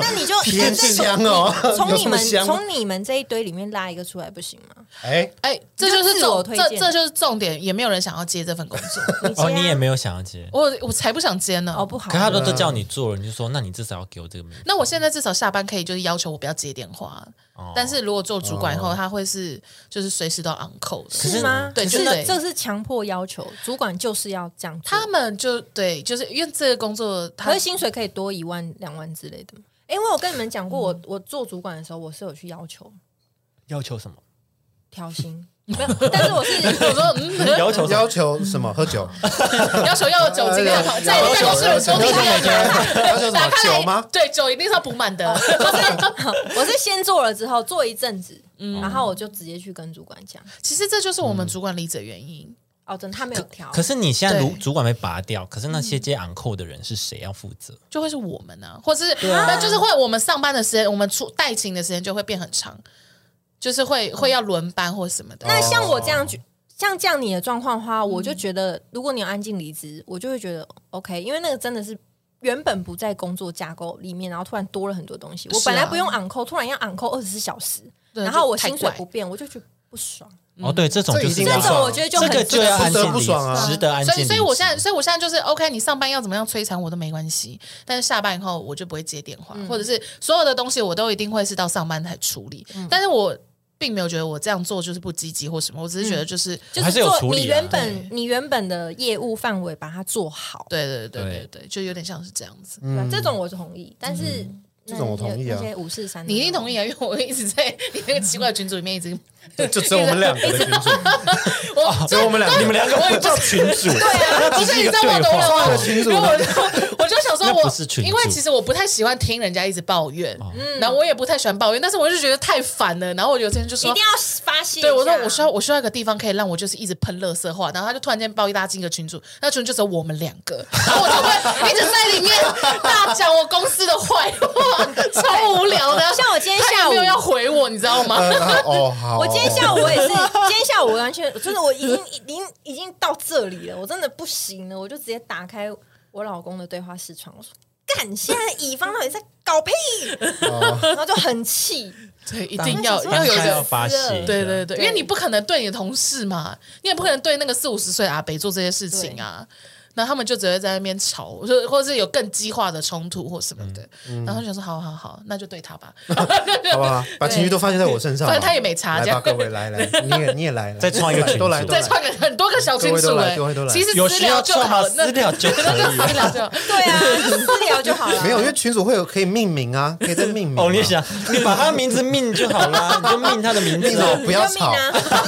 [SPEAKER 3] 那你就
[SPEAKER 2] 偏香哦
[SPEAKER 3] 那再从
[SPEAKER 2] 有
[SPEAKER 3] 从你
[SPEAKER 2] 这么
[SPEAKER 3] 们
[SPEAKER 2] 香吗
[SPEAKER 3] 从你们这一堆里面拉一个出来不行吗？
[SPEAKER 2] 哎，
[SPEAKER 4] 哎，这就是
[SPEAKER 3] 你就自我
[SPEAKER 4] 重
[SPEAKER 3] 推
[SPEAKER 4] 这
[SPEAKER 3] 荐
[SPEAKER 4] 这就是重点，也没有人想要接这份工作。
[SPEAKER 1] 哦，你也没有想要接，
[SPEAKER 4] 我我才不想接呢。
[SPEAKER 3] 哦，不好
[SPEAKER 1] 可，他都都叫你做了，你就说那你至少要给我这个名字。
[SPEAKER 4] 那我现在至少下班可以就是要求我不要接电话，
[SPEAKER 1] 哦
[SPEAKER 4] 但是如果做主管以后，他会是就是随时都要 on call 的。
[SPEAKER 3] 是吗？
[SPEAKER 4] 对
[SPEAKER 3] 是
[SPEAKER 4] 就对
[SPEAKER 3] 这是强迫要求，主管就是要这样做。
[SPEAKER 4] 他们就对，就是因为这个工作，
[SPEAKER 3] 可
[SPEAKER 4] 他
[SPEAKER 3] 是薪水可以多一万、两万之类的吗？因为我跟你们讲过，我我做主管的时候，我是有去要求
[SPEAKER 1] 要求什么？
[SPEAKER 3] 调薪， 没有，但是我是我说
[SPEAKER 4] 嗯
[SPEAKER 1] 要求什么？
[SPEAKER 2] 要求什么？喝酒？
[SPEAKER 4] 要求要有酒精的，在
[SPEAKER 2] 要
[SPEAKER 4] 办
[SPEAKER 2] 求
[SPEAKER 4] 公室有酒
[SPEAKER 2] 要求
[SPEAKER 4] 精的。
[SPEAKER 2] 要求什么
[SPEAKER 4] 打开来
[SPEAKER 2] 酒吗？
[SPEAKER 4] 对，酒一定是要补满
[SPEAKER 3] 哦
[SPEAKER 4] 的。
[SPEAKER 3] 我是先做了之后做一阵子，
[SPEAKER 4] 嗯
[SPEAKER 3] 然后我就直接去跟主管讲，
[SPEAKER 4] 其实这就是我们主管离职的原因。
[SPEAKER 3] 哦，真的他没有调，
[SPEAKER 1] 可是你现在主
[SPEAKER 4] 对
[SPEAKER 1] 主管被拔掉，可是那些
[SPEAKER 4] 嗯
[SPEAKER 1] 接昂扣的人是谁要负责？
[SPEAKER 4] 就会是我们啊，或是那就是会我们上班的时间，我们出带勤的时间就会变很长，就是会会要轮班或什么
[SPEAKER 3] 嗯
[SPEAKER 4] 的。
[SPEAKER 3] 那像我这
[SPEAKER 1] 哦
[SPEAKER 3] 样去。像这样你的状况的话，我
[SPEAKER 4] 嗯
[SPEAKER 3] 就觉得，如果你有安静离职，我就会觉得 OK，因为那个真的是原本不在工作架构里面，然后突然多了很多东西。我
[SPEAKER 4] 是啊
[SPEAKER 3] 本来不用 on call，突然要 on call 二十四小时，
[SPEAKER 4] 对
[SPEAKER 3] 然后我
[SPEAKER 4] 就太
[SPEAKER 3] 薪水
[SPEAKER 4] 怪
[SPEAKER 3] 不变，我就觉得不爽。
[SPEAKER 4] 嗯
[SPEAKER 1] 哦，对，这种
[SPEAKER 2] 这
[SPEAKER 1] 就
[SPEAKER 2] 一
[SPEAKER 1] 是
[SPEAKER 2] 定
[SPEAKER 3] 这
[SPEAKER 2] 不
[SPEAKER 1] 要
[SPEAKER 3] 种
[SPEAKER 2] 爽
[SPEAKER 3] 我觉得就很
[SPEAKER 1] 这个就要安
[SPEAKER 2] 不
[SPEAKER 1] 静
[SPEAKER 2] 得不
[SPEAKER 1] 离
[SPEAKER 2] 爽啊
[SPEAKER 1] 职，值得安静
[SPEAKER 4] 所
[SPEAKER 1] 离
[SPEAKER 4] 以，
[SPEAKER 1] 职。
[SPEAKER 4] 所以我现在，所以我现在就是 OK，你上班要怎么样摧残我都没关系，但是下班以后我就不会接电话，
[SPEAKER 3] 嗯
[SPEAKER 4] 或者是所有的东西我都一定会是到上班才处理。
[SPEAKER 3] 嗯
[SPEAKER 4] 但是我并没有觉得我这样做就是不积极或什么，我只是
[SPEAKER 3] 嗯
[SPEAKER 4] 觉得就是，
[SPEAKER 3] 就
[SPEAKER 1] 还是有
[SPEAKER 3] 做
[SPEAKER 1] 处理啊
[SPEAKER 3] 你原
[SPEAKER 2] 嗯
[SPEAKER 3] 本你原本的业务范围把它做好，
[SPEAKER 4] 对对对对对，就有点像是这样子。
[SPEAKER 1] 嗯
[SPEAKER 2] 嗯
[SPEAKER 3] 对吧这种我同意，但是那
[SPEAKER 2] 这种我同意啊
[SPEAKER 3] 那些五四三，
[SPEAKER 4] 你一定同意啊，因为我一直在你那个奇怪的群组里面一直，
[SPEAKER 2] 就就只有我们两个的群主，
[SPEAKER 4] 我
[SPEAKER 1] 哦
[SPEAKER 2] 只有我们两个，你们
[SPEAKER 1] 两个不叫群主，
[SPEAKER 4] 不是你知道我懂
[SPEAKER 1] 对话
[SPEAKER 4] 了吗？
[SPEAKER 2] 群主
[SPEAKER 4] 因为我就我就想说
[SPEAKER 1] 那
[SPEAKER 4] 我，
[SPEAKER 1] 不是群主哦
[SPEAKER 4] 因为其实我不太喜欢听人家一直抱怨，
[SPEAKER 3] 嗯
[SPEAKER 4] 然后我也不太喜欢抱怨，但是我就觉得太烦了。然后我有一天就
[SPEAKER 3] 一
[SPEAKER 4] 说
[SPEAKER 3] 定。要发泄一下。
[SPEAKER 4] 对，我说我需要我需要一个地方可以让我就是一直喷垃圾话，然后他就突然间包一大进一个群主，那群就只有我们两个，然后我就 会一直在里面大讲我公司的坏话，超无聊的。
[SPEAKER 3] 像我今天
[SPEAKER 4] 他
[SPEAKER 3] 下
[SPEAKER 4] 也
[SPEAKER 3] 午
[SPEAKER 4] 没有要回我，你知道
[SPEAKER 1] 呃
[SPEAKER 4] 吗？
[SPEAKER 2] 然后 哦，好。
[SPEAKER 3] 我今天下
[SPEAKER 2] 午
[SPEAKER 3] 午我也是，
[SPEAKER 2] 哦
[SPEAKER 3] 今天下午我完全真的我已 经已经已经到这里了，我真的不行了，我就直接打开我老公的对话视窗，我说。干！现在乙方到底在搞屁？
[SPEAKER 2] 哦
[SPEAKER 3] 然后就很气，
[SPEAKER 4] 对，一定要
[SPEAKER 3] 我想说
[SPEAKER 4] 要有一
[SPEAKER 1] 当下
[SPEAKER 4] 个
[SPEAKER 1] 要发泄，
[SPEAKER 4] 对对对，因
[SPEAKER 3] 对
[SPEAKER 4] 为你不可能对你的同事嘛，你也不可能对那个四五十岁的阿北做这些事情啊。然后他们就只会在那边吵，就或者是有更激化的冲突或什么的。然后就想说，好好好，那就对他吧。
[SPEAKER 2] 好吧，把情绪都发泄在我身上吧。
[SPEAKER 4] 反正他也没差
[SPEAKER 2] 来吧，各
[SPEAKER 4] 这样
[SPEAKER 2] 位来来，你也你 也来，来
[SPEAKER 1] 再创一个群组
[SPEAKER 2] 都来都
[SPEAKER 4] 再
[SPEAKER 2] 来。
[SPEAKER 4] 创个很多个小群
[SPEAKER 2] 各位
[SPEAKER 4] 组
[SPEAKER 2] 都来
[SPEAKER 4] 哎
[SPEAKER 2] 各位都，来
[SPEAKER 4] 其实
[SPEAKER 1] 有
[SPEAKER 4] 私
[SPEAKER 1] 需要
[SPEAKER 4] 聊就
[SPEAKER 1] 创吗
[SPEAKER 4] 好了，那
[SPEAKER 1] 私聊就可
[SPEAKER 4] 那就
[SPEAKER 1] 以。
[SPEAKER 4] 私聊就好。
[SPEAKER 3] 对啊，就私聊就好了。
[SPEAKER 2] 没有，因为群主会有可以命名啊，可以再命名嘛。
[SPEAKER 1] 哦，你也想你把他名字命就好啦，你就命他的名
[SPEAKER 2] 命
[SPEAKER 1] 字
[SPEAKER 2] 我
[SPEAKER 1] 啊。
[SPEAKER 2] 不要吵
[SPEAKER 3] 你就命啊！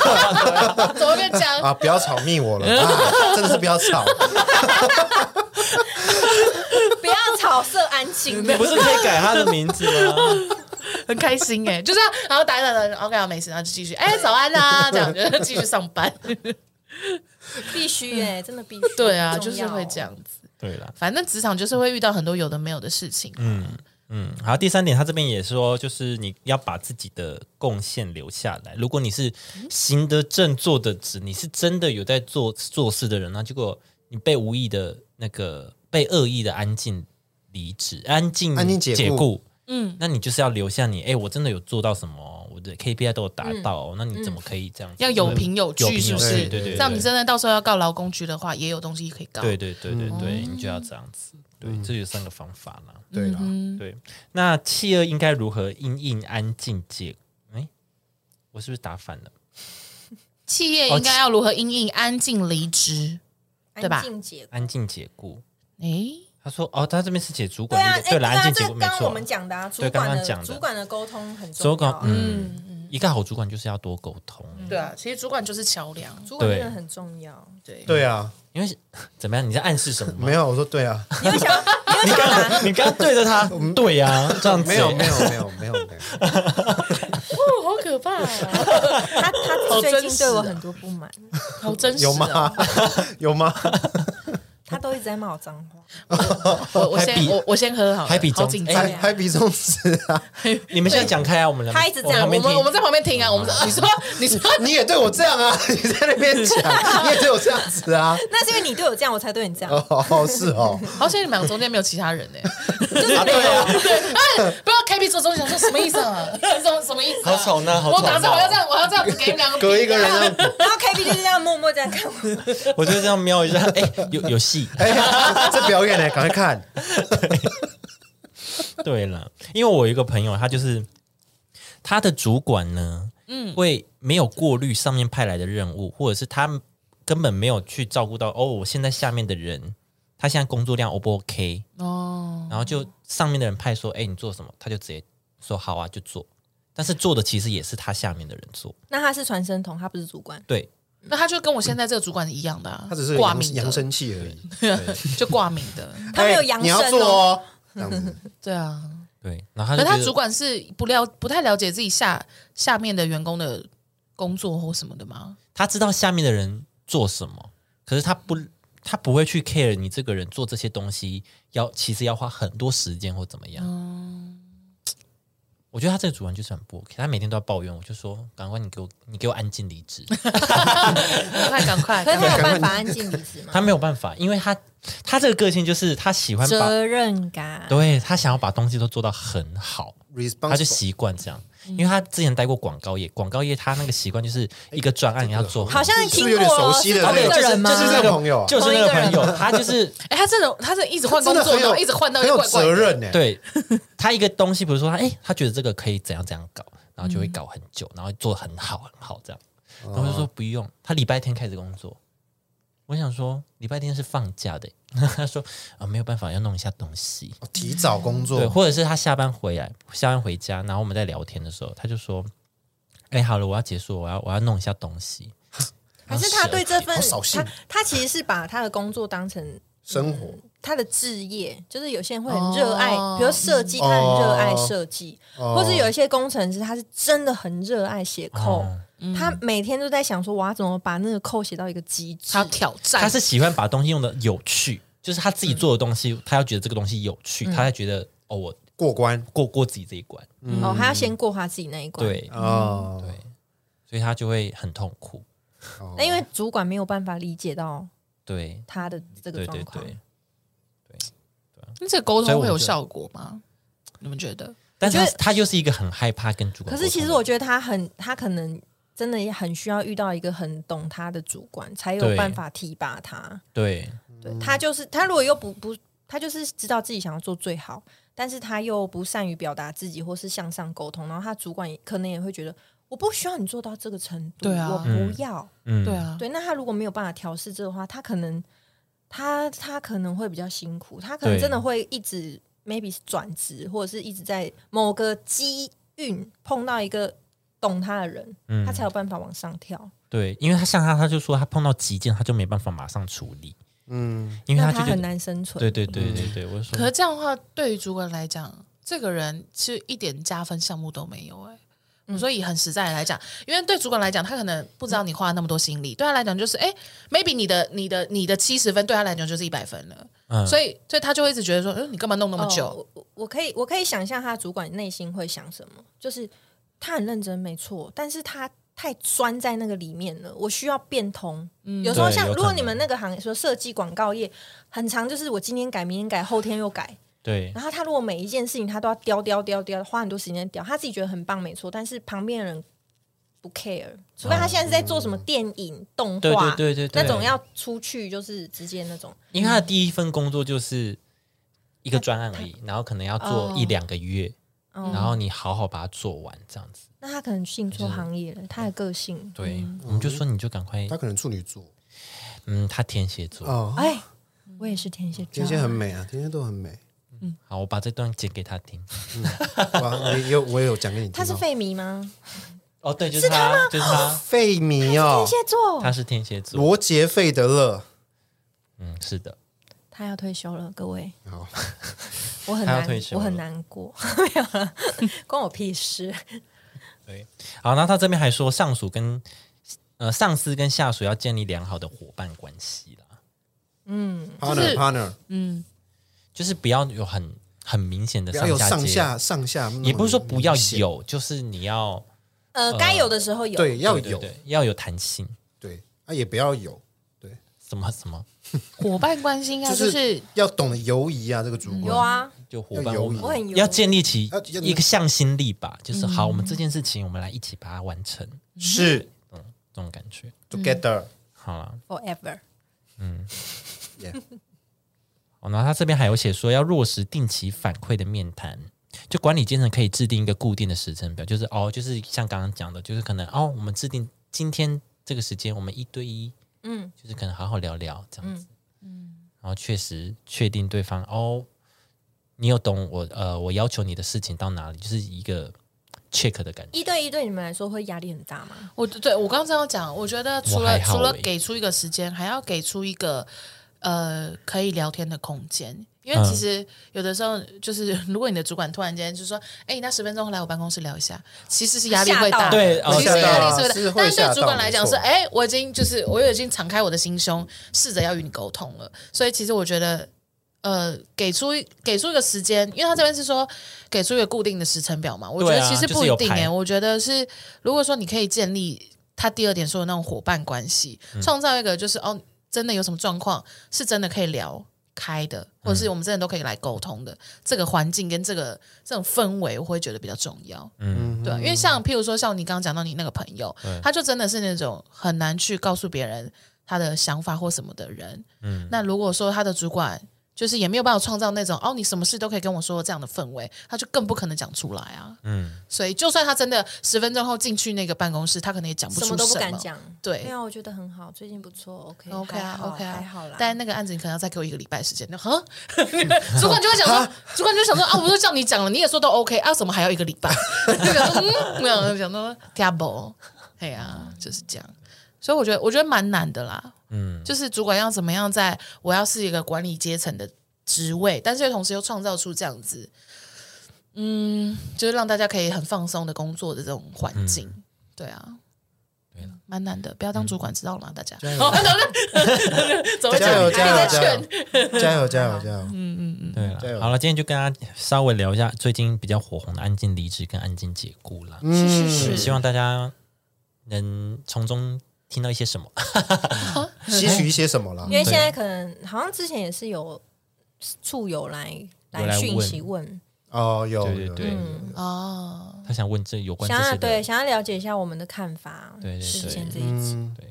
[SPEAKER 4] 怎么变这样？
[SPEAKER 2] 啊！不要吵命 我了啊！真的是不要吵，
[SPEAKER 3] 不要吵，设安静。
[SPEAKER 1] 你不是可以改他的名字吗？
[SPEAKER 4] 很开心哎、就这样，然后打一打打一打，OK，好没事，然后就继续，哎、早安啦，这样就继续上班。
[SPEAKER 3] 必须哎、真的必须。
[SPEAKER 4] 对啊，
[SPEAKER 3] 很重
[SPEAKER 4] 就是
[SPEAKER 3] 要
[SPEAKER 4] 会这。样子。
[SPEAKER 1] 对啦，
[SPEAKER 4] 反正职场就是会遇到很多有的没有的事情。嗯，
[SPEAKER 1] 嗯，好，第三点，他这边也说，就是你要把自己的贡献留下来。如果你是行得正、坐得直，你是真的有在做做事的人，那结果你被无意的那个被恶意的安静离职、安静
[SPEAKER 2] 安静解雇
[SPEAKER 1] 雇，
[SPEAKER 4] 嗯
[SPEAKER 1] 嗯，那你就是要留下你，哎，我真的有做到什么，我的 KPI 都有达到哦，那你怎么可以这样子？
[SPEAKER 4] 嗯要有凭有
[SPEAKER 1] 有
[SPEAKER 4] 据，
[SPEAKER 1] 凭
[SPEAKER 4] 是
[SPEAKER 1] 有
[SPEAKER 4] 不
[SPEAKER 1] 据
[SPEAKER 4] 是？
[SPEAKER 1] 对对对
[SPEAKER 4] 这样你真的到时候要告劳工局的话，也有东西可以告。
[SPEAKER 1] 对对对
[SPEAKER 3] 嗯
[SPEAKER 1] 对对，你就要这样子。对，这有三个方法啦。
[SPEAKER 2] 嗯对啦，
[SPEAKER 3] 嗯
[SPEAKER 1] 对，那企鹅应该如何因应安静解？哎，我是不是打反了？
[SPEAKER 4] 企业应该要如何因应安静离职？对吧
[SPEAKER 3] 安静解。
[SPEAKER 1] 安静解雇。
[SPEAKER 4] 诶，
[SPEAKER 1] 他说：“哦，他这边是解主
[SPEAKER 3] 对
[SPEAKER 1] 管的，
[SPEAKER 3] 啊，哎、
[SPEAKER 1] 对
[SPEAKER 3] 对
[SPEAKER 1] 了，
[SPEAKER 3] 啊，
[SPEAKER 1] 安静
[SPEAKER 3] 这
[SPEAKER 1] 解雇
[SPEAKER 3] 个
[SPEAKER 1] 没
[SPEAKER 3] 刚刚我
[SPEAKER 1] 错
[SPEAKER 3] 们。讲的啊，主
[SPEAKER 1] 对刚
[SPEAKER 3] 管
[SPEAKER 1] 刚
[SPEAKER 3] 的
[SPEAKER 1] 讲的
[SPEAKER 3] 主管的沟通很重要。
[SPEAKER 1] 主管，嗯，一个好主管就是要多沟通，
[SPEAKER 3] 嗯
[SPEAKER 4] 对啊，其实主管就是桥梁。
[SPEAKER 3] 主管真的
[SPEAKER 1] 对
[SPEAKER 3] 很重要。
[SPEAKER 4] 对，
[SPEAKER 2] 对啊，
[SPEAKER 1] 因为怎么样？你在暗示什么？
[SPEAKER 2] 没有，我说对啊，
[SPEAKER 3] 你会想，你会想要拿
[SPEAKER 1] 你刚刚对着他，对呀，这样子
[SPEAKER 2] 没有，没有，没有，没有，没 有。
[SPEAKER 4] 哦，好可怕、啊，
[SPEAKER 3] 他，他
[SPEAKER 4] 好真
[SPEAKER 3] 最
[SPEAKER 4] 实
[SPEAKER 3] 近
[SPEAKER 4] 啊
[SPEAKER 3] 对我很多不满，
[SPEAKER 4] 好真实、哦。
[SPEAKER 2] 有吗？ 有吗？
[SPEAKER 3] 他都一直在骂我脏 话。
[SPEAKER 4] 我我
[SPEAKER 1] 还
[SPEAKER 4] 先
[SPEAKER 1] 比
[SPEAKER 4] 我我先喝好了，
[SPEAKER 1] 还比
[SPEAKER 4] 好
[SPEAKER 1] 中
[SPEAKER 4] 紧
[SPEAKER 1] 哎
[SPEAKER 4] 张
[SPEAKER 2] 还
[SPEAKER 4] 啊。
[SPEAKER 2] 还比中指啊！
[SPEAKER 1] 你们现在讲开啊，我们两个
[SPEAKER 3] 他一直这样
[SPEAKER 1] 旁
[SPEAKER 4] 我
[SPEAKER 1] 边
[SPEAKER 4] 哎们我
[SPEAKER 1] 听
[SPEAKER 4] 们在旁边听
[SPEAKER 1] 哦
[SPEAKER 4] 啊，我们你说你说
[SPEAKER 2] 你也对我这样啊！ 你在那边 讲，你也对我这样子啊！
[SPEAKER 3] 那是因为你对我这样，我才对你这样。
[SPEAKER 2] 哦，是哦，
[SPEAKER 4] 好像你们两个中间没有其他人 呢、
[SPEAKER 1] 啊，对啊，
[SPEAKER 4] 对，哎，不要开辟做中想说什么意思啊？ 什么什么意思、啊？
[SPEAKER 1] 好吵闹好
[SPEAKER 4] 我打
[SPEAKER 1] 吵
[SPEAKER 4] 算
[SPEAKER 1] 闹
[SPEAKER 4] 我要这样，我要这样子给你们两个
[SPEAKER 2] 隔一个人
[SPEAKER 4] 比啊
[SPEAKER 2] 让
[SPEAKER 3] 然后 KB 就是这样默默这样看我，
[SPEAKER 1] 我就这样瞄一下，哎，有有 戏，
[SPEAKER 2] 哎，这表演呢，赶快看。
[SPEAKER 1] 对了，因为我有一个朋友，他就是他的主管呢，嗯，会没有过滤上面派来的任务，或者是他根本没有去照顾到哦，我现在下面的人，他现在工作量 O 不 OK？
[SPEAKER 4] 哦，
[SPEAKER 1] 然后就上面的人派说，哎，你做什么？他就直接说好啊，就做。但是做的其实也是他下面的人做，
[SPEAKER 3] 那他是传声筒，他不是主管。
[SPEAKER 1] 对，
[SPEAKER 4] 那他就跟我现在这个主管一样的、啊，
[SPEAKER 2] 他只是
[SPEAKER 4] 挂
[SPEAKER 2] 扬
[SPEAKER 4] 名的
[SPEAKER 2] 扬声器而已。
[SPEAKER 4] 就挂名 的，
[SPEAKER 3] 他没有扬
[SPEAKER 2] 哎你要
[SPEAKER 3] 声
[SPEAKER 2] 做
[SPEAKER 3] 哦，
[SPEAKER 2] 哦，这样子。
[SPEAKER 4] 对啊。
[SPEAKER 1] 对，然后他
[SPEAKER 4] 可是
[SPEAKER 1] 就
[SPEAKER 4] 他
[SPEAKER 1] 觉
[SPEAKER 4] 主
[SPEAKER 1] 得
[SPEAKER 4] 管是不了不太了解自己下下面的员工的工作或什么的吗？
[SPEAKER 1] 他知道下面的人做什么，可是他不他不会去 care 你这个人做这些东西要其实要花很多时间或怎么样。
[SPEAKER 4] 嗯
[SPEAKER 1] 我觉得他这个主管就是很不 OK，他每天都要抱怨，我就说赶快你给我你给我安静离职，
[SPEAKER 4] 赶快赶 快
[SPEAKER 3] 可是他有办法安静离职吗？
[SPEAKER 1] 他没有办法，因为他他这个个性就是他喜欢把
[SPEAKER 3] 责任感，
[SPEAKER 1] 对他想要把东西都做到很好，他就
[SPEAKER 2] response
[SPEAKER 1] 习惯这样。
[SPEAKER 3] 嗯
[SPEAKER 1] 因为他之前待过广告业，广告业他那个习惯就是
[SPEAKER 2] 哎
[SPEAKER 1] 一个专案要做很
[SPEAKER 3] 好像
[SPEAKER 2] 是不
[SPEAKER 3] 听
[SPEAKER 2] 是有点
[SPEAKER 3] 过
[SPEAKER 2] 熟
[SPEAKER 3] 哦
[SPEAKER 2] 悉的
[SPEAKER 3] 是同
[SPEAKER 2] 那
[SPEAKER 3] 一
[SPEAKER 2] 个
[SPEAKER 3] 个人吗？
[SPEAKER 2] 就是这个朋友 啊，
[SPEAKER 1] 就是那个朋友，他 就是
[SPEAKER 4] 哎、他这种他这一直换工
[SPEAKER 2] 真的
[SPEAKER 4] 作，
[SPEAKER 2] 很
[SPEAKER 4] 然后
[SPEAKER 2] 有
[SPEAKER 4] 一直换到
[SPEAKER 2] 很
[SPEAKER 4] 一个
[SPEAKER 2] 有
[SPEAKER 4] 怪怪
[SPEAKER 2] 责
[SPEAKER 4] 的。
[SPEAKER 2] 任呢。欸
[SPEAKER 1] 对他一个东西，比如说他哎、他觉得这个可以怎样怎样搞，然后就会搞很久，然后做得很好很好这样。
[SPEAKER 2] 哦
[SPEAKER 1] 然后我就说不用，他礼拜天开始工作。我想说礼拜天是放假的， 他说啊没有办法，要弄一下东西。
[SPEAKER 2] 哦提早工
[SPEAKER 1] 对，
[SPEAKER 2] 作，
[SPEAKER 1] 或者是他下班回来，下班回家，然后我们在聊天的时候，他就说：“哎、好了，我要结束，我要我要弄一下东西。”
[SPEAKER 3] 还是他对这份
[SPEAKER 2] 好扫兴
[SPEAKER 3] 他他其实是把他的工作当成
[SPEAKER 2] 生活，
[SPEAKER 3] 他的置业，就是有些人会很热爱，
[SPEAKER 4] 哦
[SPEAKER 3] 比如设计，他很热爱
[SPEAKER 2] 哦
[SPEAKER 3] 设计，
[SPEAKER 1] 嗯
[SPEAKER 2] 哦
[SPEAKER 3] 或是有一些工程师，他是真的很热爱写扣，
[SPEAKER 1] 嗯
[SPEAKER 4] 嗯
[SPEAKER 3] 他每天都在想说，我要怎么把那个扣写到一个极致
[SPEAKER 4] 他。要挑战，
[SPEAKER 1] 他是喜欢把东西用的有趣，就是他自己做的东西，他要觉得这个东西有趣，他才觉得哦，我
[SPEAKER 2] 过关
[SPEAKER 1] 过过自己这一关。
[SPEAKER 3] 哦，他要先过他自己那一
[SPEAKER 1] 嗯
[SPEAKER 3] 关。，
[SPEAKER 1] 对，
[SPEAKER 2] 哦，
[SPEAKER 1] 嗯对，所以他就会很痛苦。
[SPEAKER 2] 哦
[SPEAKER 3] 那因为主管没有办法理解到
[SPEAKER 1] 对，
[SPEAKER 3] 他的这个
[SPEAKER 1] 对
[SPEAKER 3] 状
[SPEAKER 1] 对
[SPEAKER 3] 况，
[SPEAKER 1] 对。
[SPEAKER 4] 那这个沟
[SPEAKER 1] 所以
[SPEAKER 4] 通
[SPEAKER 1] 我
[SPEAKER 4] 会
[SPEAKER 1] 就
[SPEAKER 4] 有效果吗？你们觉得？
[SPEAKER 1] 但是
[SPEAKER 3] 我
[SPEAKER 1] 他
[SPEAKER 3] 觉得
[SPEAKER 1] 他又是一个很害怕跟主管
[SPEAKER 3] 可
[SPEAKER 1] 沟通的人。
[SPEAKER 3] 是其实我觉得他很，他可能真的也很需要遇到一个很懂他的主管，才有
[SPEAKER 1] 对
[SPEAKER 3] 办法提拔他。
[SPEAKER 1] 对
[SPEAKER 3] 对
[SPEAKER 4] 嗯
[SPEAKER 3] 他就是他，如果又不不，他就是知道自己想要做最好，但是他又不善于表达自己或是向上沟通，然后他主管也可能也会觉得我不需要你做到这个程度，
[SPEAKER 4] 对啊
[SPEAKER 3] 我
[SPEAKER 1] 嗯
[SPEAKER 3] 不要。
[SPEAKER 1] 嗯
[SPEAKER 4] 对啊，
[SPEAKER 3] 对，那他如果没有办法调试这个的话，他可能他他可能会比较辛苦，他可能
[SPEAKER 1] 对
[SPEAKER 3] 真的会一直 maybe 是转职，或者是一直在某个机运碰到一个懂他的人，
[SPEAKER 1] 嗯
[SPEAKER 3] 他才有办法往上跳。
[SPEAKER 1] 对，因为他像他他就说他碰到急件他就没办法马上处理，
[SPEAKER 2] 嗯，
[SPEAKER 1] 因为
[SPEAKER 3] 那
[SPEAKER 1] 就觉
[SPEAKER 3] 很
[SPEAKER 1] 得
[SPEAKER 3] 难生存。
[SPEAKER 1] 对对对对对，我就
[SPEAKER 4] 可
[SPEAKER 1] 说
[SPEAKER 4] 是这样的话，对于主管来讲，这个人其实一点加分项目都没有哎、我说以很实在来讲，因为对主管来讲，他可能不知道你花了那么多心力，对他来讲就是哎、m a y b e 你的你的你的七十分对他来讲就是一百分了，
[SPEAKER 1] 嗯
[SPEAKER 4] 所以所以他就会一直觉得说，嗯、你干嘛弄那么久？
[SPEAKER 3] 哦我我我可以我可以想象他主管内心会想什么，就是他很认真没错，但是他太钻在那个里面了，我需要变通。
[SPEAKER 4] 嗯
[SPEAKER 3] 有时候
[SPEAKER 1] 对
[SPEAKER 3] 像
[SPEAKER 1] 有
[SPEAKER 3] 如果
[SPEAKER 1] 可
[SPEAKER 3] 你们
[SPEAKER 1] 能
[SPEAKER 3] 那个行业说设计广告业，很长就是我今天改，明天改，后天又改，
[SPEAKER 1] 对
[SPEAKER 3] 然后他如果每一件事情他都要雕雕雕雕，花很多时间雕，他自己觉得很棒没错，但是旁边的人不 care，除非
[SPEAKER 1] 哦
[SPEAKER 3] 他现在是在做什么电影、动
[SPEAKER 1] 嗯对
[SPEAKER 3] 画，
[SPEAKER 1] 对对对对
[SPEAKER 3] 那种要出去就是直接那种，
[SPEAKER 1] 因为他的第一份工作就是一个专案而已，然后可能要做一两个月，
[SPEAKER 3] 哦
[SPEAKER 1] 然后你好好把它做完这样子。
[SPEAKER 3] 那他可能进错行业了，他的个性，
[SPEAKER 1] 对，我们就说你就赶快
[SPEAKER 2] 他，可能处女座
[SPEAKER 1] 嗯，他天蝎座，
[SPEAKER 2] 哦，
[SPEAKER 3] 哎，我也是天蝎座，
[SPEAKER 2] 天蝎很美啊，天蝎都很美。
[SPEAKER 1] 好，我把这段剪给他听。
[SPEAKER 2] 哇，也有我也有讲给你听哦，
[SPEAKER 3] 他是费迷吗？
[SPEAKER 1] 哦，对，就是他，就是
[SPEAKER 3] 哦
[SPEAKER 1] 他，
[SPEAKER 2] 费米哦
[SPEAKER 3] 天，蝎座，
[SPEAKER 1] 他是天蝎座，
[SPEAKER 2] 罗杰费德勒，
[SPEAKER 1] 嗯，是的，
[SPEAKER 3] 他要退休了，各位，
[SPEAKER 2] 好，
[SPEAKER 3] 我很
[SPEAKER 1] 他要
[SPEAKER 3] 难
[SPEAKER 1] 退，休
[SPEAKER 3] 我很
[SPEAKER 1] 了
[SPEAKER 3] 难过， 关我屁事。
[SPEAKER 1] 对。好，然后他这边还说，上属跟呃上司跟下属要建立良好的伙伴关系啦。
[SPEAKER 2] partner partner，
[SPEAKER 1] 就是不要有很很明显的
[SPEAKER 2] 不要
[SPEAKER 1] 上
[SPEAKER 2] 有
[SPEAKER 1] 下
[SPEAKER 2] 上
[SPEAKER 1] 阶
[SPEAKER 2] 下上下，
[SPEAKER 1] 也不是说不要有，就是你要
[SPEAKER 3] 呃，该有的时候有，
[SPEAKER 2] 对要
[SPEAKER 1] 对对
[SPEAKER 2] 有
[SPEAKER 1] 对要有弹性，
[SPEAKER 2] 对啊，也不要有对，
[SPEAKER 1] 什么什么
[SPEAKER 4] 伙伴关系应该啊就
[SPEAKER 2] 就是是要懂得游移啊，这个主
[SPEAKER 3] 有
[SPEAKER 2] 管
[SPEAKER 3] 啊，
[SPEAKER 1] 就伙伴
[SPEAKER 2] 要有
[SPEAKER 1] 我们
[SPEAKER 3] 我很有
[SPEAKER 1] 要建立起
[SPEAKER 2] 要要
[SPEAKER 1] 一个向心力吧，就是好，
[SPEAKER 2] 嗯
[SPEAKER 1] 我们这件事情我们来一起把它完成，
[SPEAKER 2] 是
[SPEAKER 1] 这种感觉。
[SPEAKER 2] together，
[SPEAKER 1] 好了，
[SPEAKER 3] forever。
[SPEAKER 2] Yeah
[SPEAKER 1] 哦然后他这边还有写说要落实定期反馈的面谈。就管理阶层可以制定一个固定的时程表，就是哦，就是像刚刚讲的，就是可能哦，我们制定今天这个时间，我们一对一
[SPEAKER 3] 嗯，
[SPEAKER 1] 就是可能好好聊聊这样子，嗯，然后确实确定对方哦，你有懂我呃，我要求你的事情到哪里，就是一个 check 的感觉，
[SPEAKER 3] 一对一对你们来说会压力很大吗？
[SPEAKER 4] 我对我刚刚这样讲，我觉得除
[SPEAKER 1] 我
[SPEAKER 4] 了
[SPEAKER 1] 还好
[SPEAKER 4] 除了
[SPEAKER 1] 欸
[SPEAKER 4] 给出一个时间，还要给出一个呃可以聊天的空间。因
[SPEAKER 1] 嗯
[SPEAKER 4] 为其实有的时候，就是如果你的主管突然间就说：“哎、你那十分钟来我办公室聊一下”，其实是压力会
[SPEAKER 3] 吓
[SPEAKER 4] 大，
[SPEAKER 3] 到
[SPEAKER 1] 对哦
[SPEAKER 4] 其实
[SPEAKER 1] 吓到
[SPEAKER 4] 压力是会大。
[SPEAKER 2] 是会
[SPEAKER 4] 但是
[SPEAKER 2] 吓
[SPEAKER 4] 对
[SPEAKER 2] 到
[SPEAKER 4] 主管来讲是：“
[SPEAKER 2] 没错
[SPEAKER 4] 哎、我已经就是我已经敞开我的心胸，试着要与你沟通了。”所以其实我觉得，呃，给出一给出一个时间，因为他这边是说给出一个固定的时程表嘛，我觉
[SPEAKER 1] 对
[SPEAKER 4] 得
[SPEAKER 1] 啊
[SPEAKER 4] 其实
[SPEAKER 1] 就是
[SPEAKER 4] 不一
[SPEAKER 1] 有
[SPEAKER 4] 定
[SPEAKER 1] 排
[SPEAKER 4] 哎、我觉得是如果说你可以建立他第二点说的那种伙伴关系，
[SPEAKER 1] 嗯
[SPEAKER 4] 创造一个就是哦，真的有什么状况是真的可以聊开的，
[SPEAKER 1] 嗯
[SPEAKER 4] 或者是我们真的都可以来沟通的，这个环境跟这个这种氛围，我会觉得比较重要。
[SPEAKER 1] 嗯，
[SPEAKER 4] 对，因为像譬如说像你刚刚讲到你那个朋友，他就真的是那种很难去告诉别人他的想法或什么的人。嗯，那如果说他的主管就是也没有办法创造那种哦，你什么事都可以跟我说这样的氛围，他就更不可能讲出来啊。
[SPEAKER 1] 嗯，
[SPEAKER 4] 所以就算他真的十分钟后进去那个办公室，他可能也讲不出
[SPEAKER 3] 什么都不敢。讲。嗯没
[SPEAKER 4] 对
[SPEAKER 3] 有，我觉得很好，最近不错，OK
[SPEAKER 4] ，OK
[SPEAKER 3] 还
[SPEAKER 4] 啊
[SPEAKER 3] 好
[SPEAKER 4] ，OK 啊，
[SPEAKER 3] 还好啦。
[SPEAKER 4] 但那个案子你可能要再给我一个礼拜时间。那哈， 主管就会想说，主管就想说啊，我都叫你讲了，你也说都 OK 啊，怎么还要一个礼拜？ 就想说嗯，没有想说 double，哎呀，就是这样。所以我觉得，我觉得蛮难的啦。嗯，就是主管要怎么样在，我要是一个管理阶层的职位，但是同时又创造出这样子，嗯，就是让大家可以很放松的工作的这种环境，
[SPEAKER 2] 嗯
[SPEAKER 4] 对啊。蛮难的，不要当主管，知道了吗？大家，哦，怎
[SPEAKER 2] 嗯
[SPEAKER 4] 么
[SPEAKER 2] 加油
[SPEAKER 4] 讲？哎
[SPEAKER 2] 加油加
[SPEAKER 4] 劝
[SPEAKER 2] 油 加油加油加油！
[SPEAKER 1] 对
[SPEAKER 2] 嗯加
[SPEAKER 1] 了，
[SPEAKER 2] 油
[SPEAKER 1] 好了，今天就跟大家稍微聊一下最近比较火红的安静离职跟安静解雇啦。
[SPEAKER 2] 嗯
[SPEAKER 3] 是
[SPEAKER 1] 对
[SPEAKER 3] 是
[SPEAKER 1] 希
[SPEAKER 3] 是，
[SPEAKER 1] 望大家能从中听到一些什么。
[SPEAKER 2] 吸取一些什么啦
[SPEAKER 3] 因？为现在可能好像之前也是有处友来
[SPEAKER 1] 有来
[SPEAKER 3] 来讯息问，
[SPEAKER 2] 哦，有
[SPEAKER 1] 对对
[SPEAKER 2] 有
[SPEAKER 1] 对
[SPEAKER 2] 有，
[SPEAKER 3] 嗯，
[SPEAKER 4] 哦，
[SPEAKER 1] 他想问这有关这
[SPEAKER 4] 啊
[SPEAKER 3] 想要
[SPEAKER 1] 些
[SPEAKER 3] 对
[SPEAKER 1] 的，
[SPEAKER 3] 想要了解一下我们的看法，
[SPEAKER 1] 对对对
[SPEAKER 3] 事件这一集，
[SPEAKER 2] 嗯，
[SPEAKER 1] 对，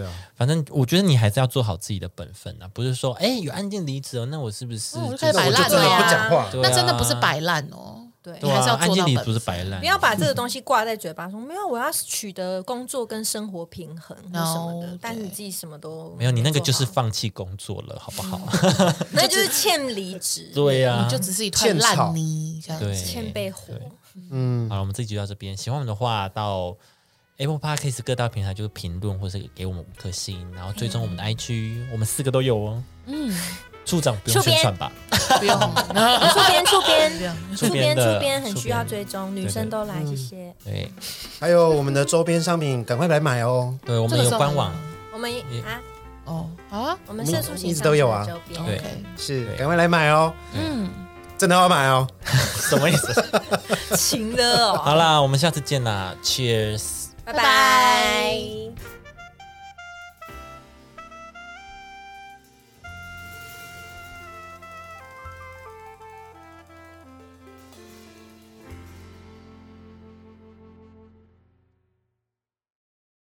[SPEAKER 2] 对啊，
[SPEAKER 1] 反正我觉得你还是要做好自己的本分啊，不是说哎有安静离职哦，那我是不是
[SPEAKER 4] 那我
[SPEAKER 1] 就
[SPEAKER 4] 就嗯开始摆
[SPEAKER 2] 我就
[SPEAKER 4] 烂
[SPEAKER 2] 真的
[SPEAKER 4] 了
[SPEAKER 2] 不
[SPEAKER 4] 呀
[SPEAKER 2] 讲话，
[SPEAKER 1] 对啊
[SPEAKER 4] 那真的不是摆烂哦，
[SPEAKER 3] 对
[SPEAKER 1] 对
[SPEAKER 4] 你还
[SPEAKER 1] 啊，
[SPEAKER 4] 是要
[SPEAKER 1] 安
[SPEAKER 4] 做
[SPEAKER 1] 静
[SPEAKER 4] 到
[SPEAKER 1] 离
[SPEAKER 4] 本
[SPEAKER 1] 职不是
[SPEAKER 4] 分
[SPEAKER 1] 摆烂，
[SPEAKER 3] 不要把这个东西挂在嘴巴，说没有，我要取得工作跟生活平衡或什么的
[SPEAKER 2] 哦
[SPEAKER 4] No，，
[SPEAKER 3] 但是你
[SPEAKER 4] 对
[SPEAKER 3] 自己什么都
[SPEAKER 1] 没有你那个
[SPEAKER 3] 做好
[SPEAKER 1] 就是，放弃工作了，好不 好？
[SPEAKER 3] 那就是欠离职，
[SPEAKER 1] 对呀
[SPEAKER 4] 你就只是一团烂泥这样
[SPEAKER 1] 对
[SPEAKER 4] 子。
[SPEAKER 3] 欠被火，
[SPEAKER 2] 嗯，
[SPEAKER 1] 好了，我们这集就到这边。喜欢我们的话，到 Apple Podcast 各大平台就是评论，或是给我们五颗星，然后追踪我们的 IG，我们四个都有哦。
[SPEAKER 4] 嗯，
[SPEAKER 1] 处长不用宣传吧？
[SPEAKER 4] 不用，
[SPEAKER 3] 啊触边触
[SPEAKER 4] 不
[SPEAKER 3] 边
[SPEAKER 4] 用。
[SPEAKER 3] 触边
[SPEAKER 1] 的
[SPEAKER 3] 触边很需要
[SPEAKER 1] 触边
[SPEAKER 3] 追踪，女生都
[SPEAKER 2] 嗯
[SPEAKER 3] 来，谢谢。
[SPEAKER 1] 对
[SPEAKER 2] 还有我们的周边商品，赶快来买哦！
[SPEAKER 1] 对，我
[SPEAKER 4] 这
[SPEAKER 1] 们
[SPEAKER 4] 个
[SPEAKER 1] 有
[SPEAKER 4] 算
[SPEAKER 1] 官网，
[SPEAKER 3] 我们
[SPEAKER 1] 也
[SPEAKER 3] 啊，
[SPEAKER 4] 哦，好啊，
[SPEAKER 3] 我们社畜型
[SPEAKER 2] 一直都有啊
[SPEAKER 3] 上市的周
[SPEAKER 1] 对
[SPEAKER 3] 边，
[SPEAKER 4] OK，
[SPEAKER 2] 是
[SPEAKER 1] 对，
[SPEAKER 2] 赶快来买哦，
[SPEAKER 4] 嗯，
[SPEAKER 2] 真的要买哦！
[SPEAKER 1] 什么意思？
[SPEAKER 3] 晴的哦，
[SPEAKER 1] 好啦，我们下次见啦，Cheers。
[SPEAKER 3] 拜
[SPEAKER 4] 拜拜
[SPEAKER 3] 拜。